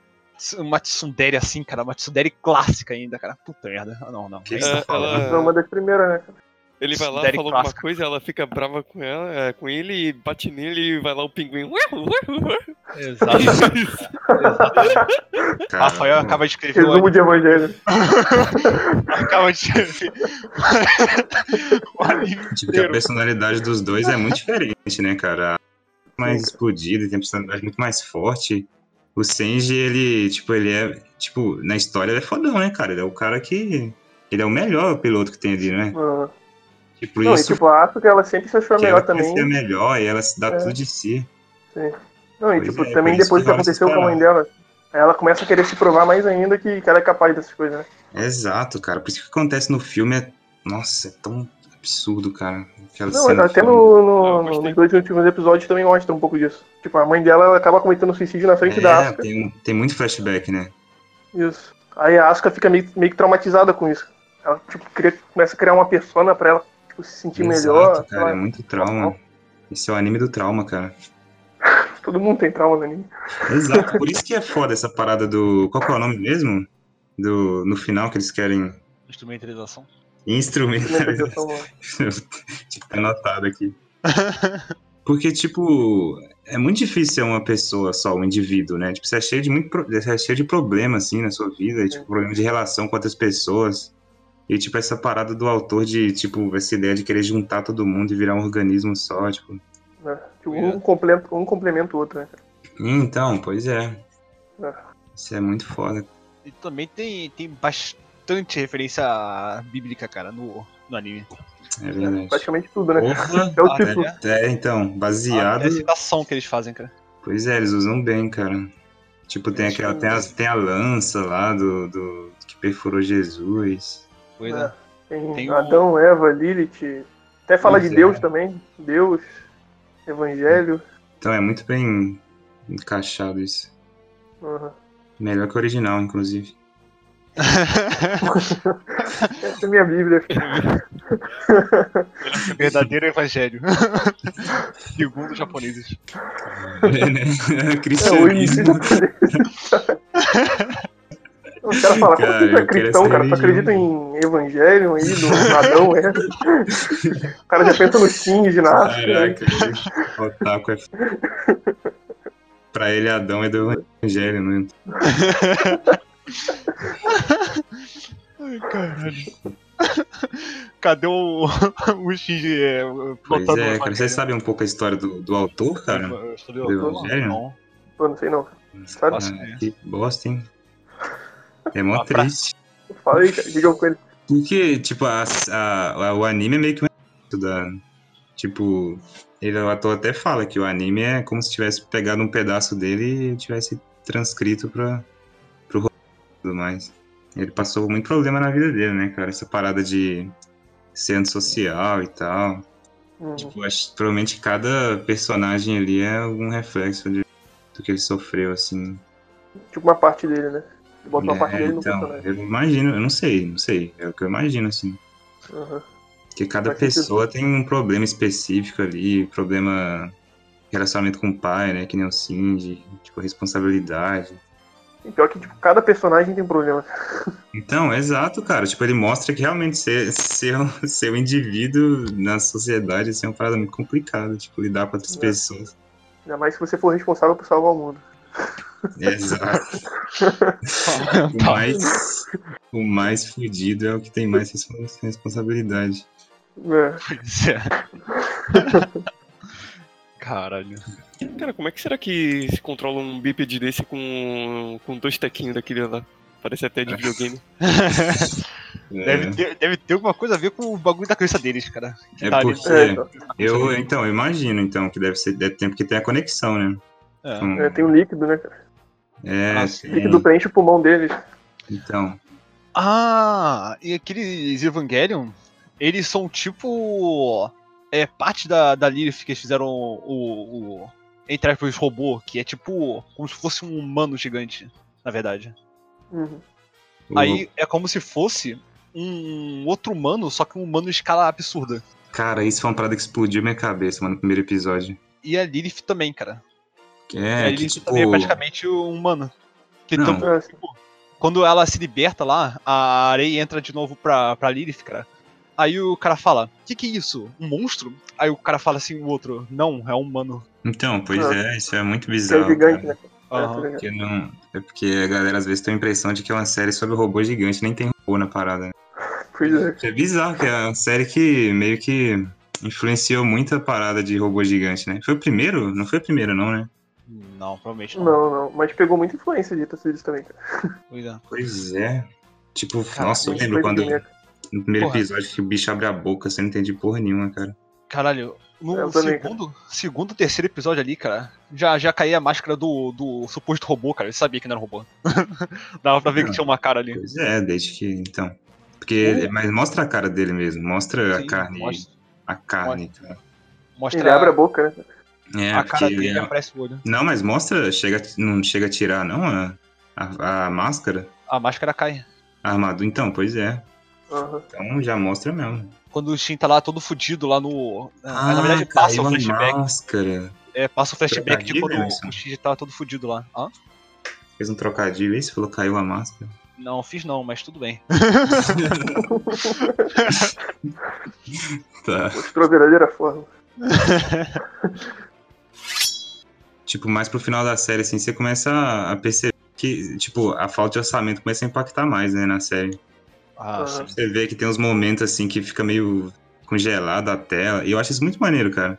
[SPEAKER 1] Uma tsundere assim, cara. Uma tsundere clássica ainda, cara. Puta merda. Ah, Não, não.
[SPEAKER 3] Que
[SPEAKER 1] Aí-
[SPEAKER 3] isso?
[SPEAKER 2] É,
[SPEAKER 3] falando.
[SPEAKER 5] Foi
[SPEAKER 2] ela-
[SPEAKER 5] uma das primeiras, né? cara?
[SPEAKER 2] Ele vai lá,
[SPEAKER 1] Derek
[SPEAKER 2] fala alguma
[SPEAKER 1] clássico.
[SPEAKER 2] coisa, ela fica brava com ela, é, com ele, e bate nele e vai lá o pinguim. "Ué, ué, ué".
[SPEAKER 1] Exato.
[SPEAKER 3] Cara,
[SPEAKER 1] Rafael acaba de
[SPEAKER 3] é
[SPEAKER 1] escrever.
[SPEAKER 3] um
[SPEAKER 1] o-
[SPEAKER 5] Resumo de Evangelho.
[SPEAKER 3] (laughs)
[SPEAKER 1] Acaba de escrever. o anime
[SPEAKER 3] Tipo, que
[SPEAKER 1] inteiro.
[SPEAKER 3] a Tipo, personalidade dos dois é muito diferente, né, cara? mais explodido, tem uma personalidade muito mais forte. O Senji, ele, tipo, ele é, tipo, na história ele é fodão, né, cara? Ele é o cara que, ele é o melhor piloto que tem ali, né?
[SPEAKER 5] Ah.
[SPEAKER 3] Tipo,
[SPEAKER 5] Não, e
[SPEAKER 3] isso
[SPEAKER 5] tipo, a Asuka ela sempre se achou a
[SPEAKER 3] que
[SPEAKER 5] melhor
[SPEAKER 3] ela
[SPEAKER 5] também.
[SPEAKER 3] crescia melhor e ela se dá
[SPEAKER 5] É.
[SPEAKER 3] tudo de si.
[SPEAKER 5] Não, e
[SPEAKER 3] Pois
[SPEAKER 5] tipo,
[SPEAKER 3] é,
[SPEAKER 5] também
[SPEAKER 3] por isso
[SPEAKER 5] depois
[SPEAKER 3] que
[SPEAKER 5] que
[SPEAKER 3] rola essa
[SPEAKER 5] aconteceu com a mãe dela, aí ela começa a querer se provar mais ainda que, que ela é capaz dessas coisas, né?
[SPEAKER 3] É Exato, cara. Por isso que acontece no filme é, nossa, é tão absurdo, cara. Aquela
[SPEAKER 5] Não,
[SPEAKER 3] cena do
[SPEAKER 5] até
[SPEAKER 3] filme.
[SPEAKER 5] no,
[SPEAKER 2] Eu
[SPEAKER 5] no,
[SPEAKER 2] gostei.
[SPEAKER 5] nos dois últimos episódios também mostra um pouco disso. Tipo, a mãe dela ela acaba cometendo um suicídio na frente da
[SPEAKER 3] É,
[SPEAKER 5] Asuka.
[SPEAKER 3] tem, tem muito flashback, né?
[SPEAKER 5] Isso. Aí a Asuka fica meio, meio que traumatizada com isso. Ela, tipo, cria- começa a criar uma persona pra ela tipo, se sentir melhor.
[SPEAKER 3] Exato,
[SPEAKER 5] sei
[SPEAKER 3] cara, é
[SPEAKER 5] lá.
[SPEAKER 3] muito trauma. Esse é o anime do trauma, cara.
[SPEAKER 5] Tipo, Todo mundo tem trauma né? no anime.
[SPEAKER 3] Exato, por isso que é foda essa parada do. Qual que é o nome mesmo? Do... No final que eles querem
[SPEAKER 1] Instrumentalização.
[SPEAKER 3] (laughs) instrumentalizar.
[SPEAKER 5] Mentalização, né?
[SPEAKER 3] tipo, tá anotado aqui. Porque, tipo, é muito difícil ser uma pessoa só, um indivíduo, né? Tipo, você é cheio de muito. pro- Você é cheio de problema, assim, na sua vida, e, tipo, problema de relação com outras pessoas. E, tipo, essa parada do autor de, tipo, essa ideia de querer juntar todo mundo e virar um organismo só, tipo.
[SPEAKER 5] Né? Tipo, um, complementa, um complementa o outro, né?
[SPEAKER 3] Então, pois é.
[SPEAKER 5] É.
[SPEAKER 3] Isso é muito foda.
[SPEAKER 1] E também tem, tem bastante referência bíblica, cara, no, no anime.
[SPEAKER 3] É verdade.
[SPEAKER 5] Praticamente tudo, né? (laughs)
[SPEAKER 3] Porra,
[SPEAKER 5] É o
[SPEAKER 1] Ah,
[SPEAKER 5] título.
[SPEAKER 1] né?
[SPEAKER 3] é, então, baseado.
[SPEAKER 1] Até a citação que eles fazem, cara.
[SPEAKER 3] Pois é, eles usam bem, cara. Tipo, tem aquela. Tem, as, tem a lança lá do, do. que perfurou Jesus.
[SPEAKER 1] Pois
[SPEAKER 5] É.
[SPEAKER 1] é.
[SPEAKER 5] Tem,
[SPEAKER 1] Tem
[SPEAKER 5] Adão, Eva, Lilith. Até fala
[SPEAKER 3] Pois é.
[SPEAKER 5] de Deus também. Deus, Evangelho.
[SPEAKER 3] Então é muito bem encaixado isso.
[SPEAKER 5] Uhum.
[SPEAKER 3] Melhor que o original,
[SPEAKER 5] (laughs)
[SPEAKER 3] inclusive.
[SPEAKER 5] Essa é minha Bíblia.
[SPEAKER 1] Verdadeiro evangelho. (laughs) Segundo os japoneses.
[SPEAKER 3] É, né?
[SPEAKER 5] É, hoje em dia
[SPEAKER 3] Cristianismo.
[SPEAKER 5] japonês. (laughs) Os caras falam, como
[SPEAKER 3] Cara,
[SPEAKER 5] que
[SPEAKER 3] eu quero um
[SPEAKER 5] tu é cristão,
[SPEAKER 3] essa
[SPEAKER 5] cara? Tu acredita em Evangelho aí, do
[SPEAKER 3] (laughs)
[SPEAKER 5] Adão, é? O cara já pensa no Shinji, na África. né?
[SPEAKER 3] Caraca, o otaku é. Pra ele, Adão é do Evangelho, né?
[SPEAKER 1] Ai, caralho. (laughs) Cadê o, (laughs) o Shinji é,
[SPEAKER 3] Pois
[SPEAKER 1] plotando
[SPEAKER 3] é,
[SPEAKER 1] uma
[SPEAKER 3] cara. Vocês sabem um pouco a história do, do autor, cara?
[SPEAKER 1] Eu estudei o
[SPEAKER 3] Do
[SPEAKER 1] autor,
[SPEAKER 3] Evangelho?
[SPEAKER 1] não.
[SPEAKER 5] Pô, não sei não. Sabe?
[SPEAKER 1] Nossa,
[SPEAKER 3] Ah, que bosta, hein? É mó
[SPEAKER 1] Ah,
[SPEAKER 5] Tá
[SPEAKER 1] pra-
[SPEAKER 3] triste.
[SPEAKER 5] Fala aí, cara, diga com ele.
[SPEAKER 3] Porque, tipo, a, a- a- o anime é meio que um evento da. Tipo, ele, o ator até fala que o anime é como se tivesse pegado um pedaço dele e tivesse transcrito pra, pro roteiro e tudo mais. Ele passou muito problema na vida dele, né, cara? Essa parada de ser antissocial e tal.
[SPEAKER 5] Hum,
[SPEAKER 3] Tipo, acho, que provavelmente cada personagem ali é algum reflexo de- do que ele sofreu, assim.
[SPEAKER 5] tipo uma parte dele, né? Bota uma parte
[SPEAKER 3] É,
[SPEAKER 5] dele no né?
[SPEAKER 3] então,
[SPEAKER 5] personagem.
[SPEAKER 3] eu imagino, eu não sei, não sei. É o que eu imagino, assim.
[SPEAKER 5] Uhum.
[SPEAKER 3] Porque cada
[SPEAKER 5] Faz sentido.
[SPEAKER 3] pessoa tem um problema específico ali, problema relacionamento com o pai, né? Que nem o Cindy, tipo, responsabilidade.
[SPEAKER 5] E pior que, tipo, cada personagem tem problema.
[SPEAKER 3] Então, exato, cara. Tipo, ele mostra que realmente ser, ser, um- (laughs) ser um indivíduo na sociedade assim, é uma parada muito complicada, tipo, lidar com outras
[SPEAKER 5] É.
[SPEAKER 3] pessoas.
[SPEAKER 5] Ainda mais se você for responsável por salvar o mundo.
[SPEAKER 3] Exato. O
[SPEAKER 1] (laughs) Tá.
[SPEAKER 3] mais, o mais fudido é o que tem mais respons- responsabilidade.
[SPEAKER 5] É.
[SPEAKER 1] Pois é. (laughs) Caralho.
[SPEAKER 2] Cara, como é que será que se controla um bípede desse com, com dois tequinhos daquele lá? Parece até de videogame.
[SPEAKER 1] Deve, ter, deve ter alguma coisa a ver com o bagulho da cabeça deles, cara.
[SPEAKER 3] É
[SPEAKER 1] Tá ali,
[SPEAKER 3] porque
[SPEAKER 5] É, então,
[SPEAKER 3] eu então eu imagino então que deve ser deve ter porque tem a conexão, né?
[SPEAKER 1] É.
[SPEAKER 3] Com-
[SPEAKER 5] é, tem um líquido, né, cara?
[SPEAKER 3] é,
[SPEAKER 1] Ah, sim.
[SPEAKER 5] O líquido preenche o pulmão deles.
[SPEAKER 3] então
[SPEAKER 1] Ah, e aqueles Evangelion, eles são tipo. É parte da, da Lilith que eles fizeram o. o, o entre aspas, robô, que é tipo. Como se fosse um humano gigante, na verdade.
[SPEAKER 5] Uhum.
[SPEAKER 3] o-
[SPEAKER 1] Aí é como se fosse um outro humano, só que um humano em escala absurda.
[SPEAKER 3] cara isso foi uma parada que explodiu minha cabeça mano no primeiro episódio.
[SPEAKER 1] E a Lilith também, cara.
[SPEAKER 3] Que
[SPEAKER 1] E
[SPEAKER 3] É,
[SPEAKER 1] a
[SPEAKER 3] que,
[SPEAKER 1] Lilith
[SPEAKER 3] tipo
[SPEAKER 1] também é praticamente um humano. Que
[SPEAKER 3] Não.
[SPEAKER 1] tanto-
[SPEAKER 5] É, assim,
[SPEAKER 1] quando ela se liberta lá, a Arei entra de novo pra, pra Lilith, cara. Aí o cara fala, que que é isso? Um monstro? Aí o cara fala assim, o outro, não, é um humano.
[SPEAKER 3] então pois
[SPEAKER 5] É.
[SPEAKER 3] é. isso é muito
[SPEAKER 5] que é
[SPEAKER 3] bizarro.
[SPEAKER 5] gigante,
[SPEAKER 3] cara.
[SPEAKER 5] né? É, tá ligado?
[SPEAKER 3] Porque não é porque a galera às vezes tem a impressão de que é uma série sobre robô gigante nem tem robô na parada. né?
[SPEAKER 5] Pois é.
[SPEAKER 3] É bizarro que é uma série que meio que Influenciou muito a parada de robô gigante, né? Foi o primeiro? Não foi o primeiro, não, né?
[SPEAKER 6] Não, provavelmente não.
[SPEAKER 5] Não, não. Mas pegou muita influência de Tassilhos também, cara.
[SPEAKER 6] Cuida.
[SPEAKER 3] Pois é. Tipo,
[SPEAKER 1] Cara,
[SPEAKER 3] nossa, eu
[SPEAKER 5] Muito
[SPEAKER 3] lembro
[SPEAKER 5] coisa
[SPEAKER 3] quando.
[SPEAKER 5] de boneco.
[SPEAKER 3] No primeiro
[SPEAKER 1] Porra.
[SPEAKER 3] episódio que o bicho abre a boca, você não entende porra nenhuma, cara.
[SPEAKER 1] Caralho, no
[SPEAKER 5] Eu também, cara.
[SPEAKER 1] segundo, segundo, terceiro episódio ali, cara, já, já caía a máscara do, do suposto robô, cara. Eu sabia que não era robô. (laughs) Dava pra ver que
[SPEAKER 3] Não.
[SPEAKER 1] tinha uma cara ali.
[SPEAKER 3] Pois é, desde que. Então. Porque. Mas mostra a cara dele mesmo. Mostra
[SPEAKER 1] É. Sim,
[SPEAKER 3] a carne.
[SPEAKER 1] Mostra,
[SPEAKER 3] A carne, cara.
[SPEAKER 1] mostra
[SPEAKER 5] Ele abre a boca, né?
[SPEAKER 3] É,
[SPEAKER 1] a
[SPEAKER 3] porque
[SPEAKER 1] cara
[SPEAKER 3] ele
[SPEAKER 1] dele e
[SPEAKER 3] é-
[SPEAKER 1] aparece o olho.
[SPEAKER 3] Não, mas mostra. Chega, não chega a tirar, não, a, a, a máscara.
[SPEAKER 1] A máscara cai.
[SPEAKER 3] A armadura. Então, pois é.
[SPEAKER 5] Aham.
[SPEAKER 3] Então já mostra mesmo.
[SPEAKER 1] Quando o Shin tá lá todo fudido lá no. Ah, na verdade, passa
[SPEAKER 3] caiu
[SPEAKER 1] o
[SPEAKER 3] a
[SPEAKER 1] flashback.
[SPEAKER 3] máscara.
[SPEAKER 1] É, passa o flashback
[SPEAKER 3] Tá
[SPEAKER 1] de quando
[SPEAKER 3] Trocadilho, isso?
[SPEAKER 1] o Shin tava todo fudido lá. Hã?
[SPEAKER 3] Fez um trocadilho aí, você falou caiu a máscara.
[SPEAKER 1] Não, fiz não, mas tudo bem.
[SPEAKER 3] Tá.
[SPEAKER 5] Estroveralheira forma.
[SPEAKER 3] Tipo, mais pro final da série, assim, você começa a- a perceber que, tipo, a falta de orçamento começa a impactar mais, né, na série.
[SPEAKER 1] Ah,
[SPEAKER 5] Aham.
[SPEAKER 1] sim.
[SPEAKER 3] Você vê que tem uns momentos, assim, que fica meio congelado a tela. E eu acho isso muito maneiro, cara.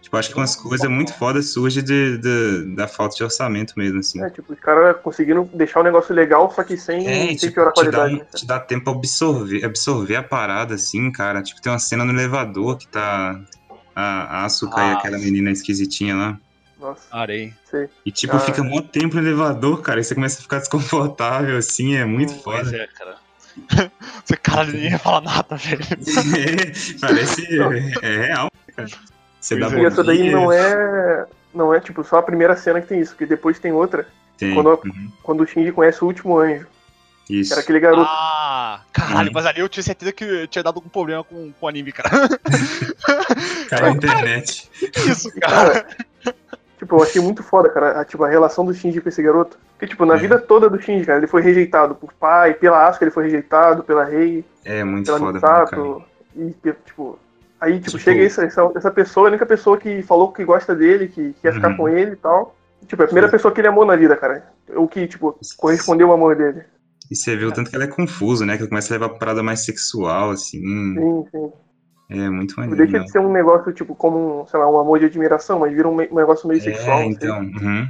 [SPEAKER 3] Tipo, acho que umas
[SPEAKER 5] Uhum.
[SPEAKER 3] coisas muito fodas surgem de, de- da falta de orçamento mesmo, assim.
[SPEAKER 5] É, tipo, os caras conseguindo deixar o negócio legal, só que sem,
[SPEAKER 3] É,
[SPEAKER 5] sem
[SPEAKER 3] tipo,
[SPEAKER 5] piorar a
[SPEAKER 3] te dá,
[SPEAKER 5] qualidade.
[SPEAKER 3] um-
[SPEAKER 5] né, cara?
[SPEAKER 3] te dá tempo pra absorver, absorver a parada, assim, cara. Tipo, tem uma cena no elevador que tá a, a Asuka e
[SPEAKER 1] Ah,
[SPEAKER 3] aquela menina esquisitinha lá. Ah,
[SPEAKER 5] Nossa,
[SPEAKER 1] Arei.
[SPEAKER 5] sei.
[SPEAKER 3] E, tipo,
[SPEAKER 5] Ah.
[SPEAKER 3] fica mó tempo no elevador, cara. E você começa a ficar desconfortável, assim, é muito
[SPEAKER 5] Hum,
[SPEAKER 1] Pois
[SPEAKER 3] foda.
[SPEAKER 1] é, cara. (laughs) Você, cara, ninguém ia falar nada, velho.
[SPEAKER 3] (laughs) Parece. É, é real, cara. Você dá
[SPEAKER 1] Pois é.
[SPEAKER 5] E essa daí
[SPEAKER 3] bolinha,
[SPEAKER 5] não é. Não é tipo só a primeira cena que tem isso, que depois tem outra,
[SPEAKER 3] tem-
[SPEAKER 5] quando-
[SPEAKER 3] uhum,
[SPEAKER 5] quando o Shinji conhece o último anjo, que
[SPEAKER 3] Isso.
[SPEAKER 5] era aquele garoto.
[SPEAKER 1] Ah, caralho,
[SPEAKER 3] Hum.
[SPEAKER 1] mas ali eu tinha certeza que eu tinha dado algum problema com, com o anime, cara. (laughs)
[SPEAKER 3] Cara, a internet.
[SPEAKER 1] Que Isso,
[SPEAKER 5] E,
[SPEAKER 1] cara.
[SPEAKER 5] cara,
[SPEAKER 3] Ah.
[SPEAKER 5] tipo, eu achei muito foda, cara, a, tipo, a relação do Shinji com esse garoto. Porque, tipo, na
[SPEAKER 3] É.
[SPEAKER 5] vida toda do Shinji, cara, ele foi rejeitado por pai, pela Asuka ele foi rejeitado, pela Rei,
[SPEAKER 3] É muito
[SPEAKER 5] pela
[SPEAKER 3] foda, mano, cara.
[SPEAKER 5] Misato. E, que, tipo, aí, tipo,
[SPEAKER 3] Tipo-
[SPEAKER 5] chega essa, essa, essa pessoa, a única pessoa que falou que gosta dele, que, que ia ficar
[SPEAKER 3] Uhum.
[SPEAKER 5] com ele e tal. Tipo, é a primeira pessoa que ele amou na vida, cara. O que, tipo, correspondeu ao amor dele.
[SPEAKER 3] E você vê o tanto que ela é confusa, né? Que ela começa a levar pra parada mais sexual, assim.
[SPEAKER 5] Sim, sim.
[SPEAKER 3] É muito
[SPEAKER 5] Tipo,
[SPEAKER 3] maneiro.
[SPEAKER 5] deixa
[SPEAKER 3] né?
[SPEAKER 5] de ser um negócio, tipo, como, um, sei lá, um amor de admiração, mas vira um, me- um negócio meio sexual.
[SPEAKER 3] É,
[SPEAKER 5] não sei.
[SPEAKER 3] então. uhum.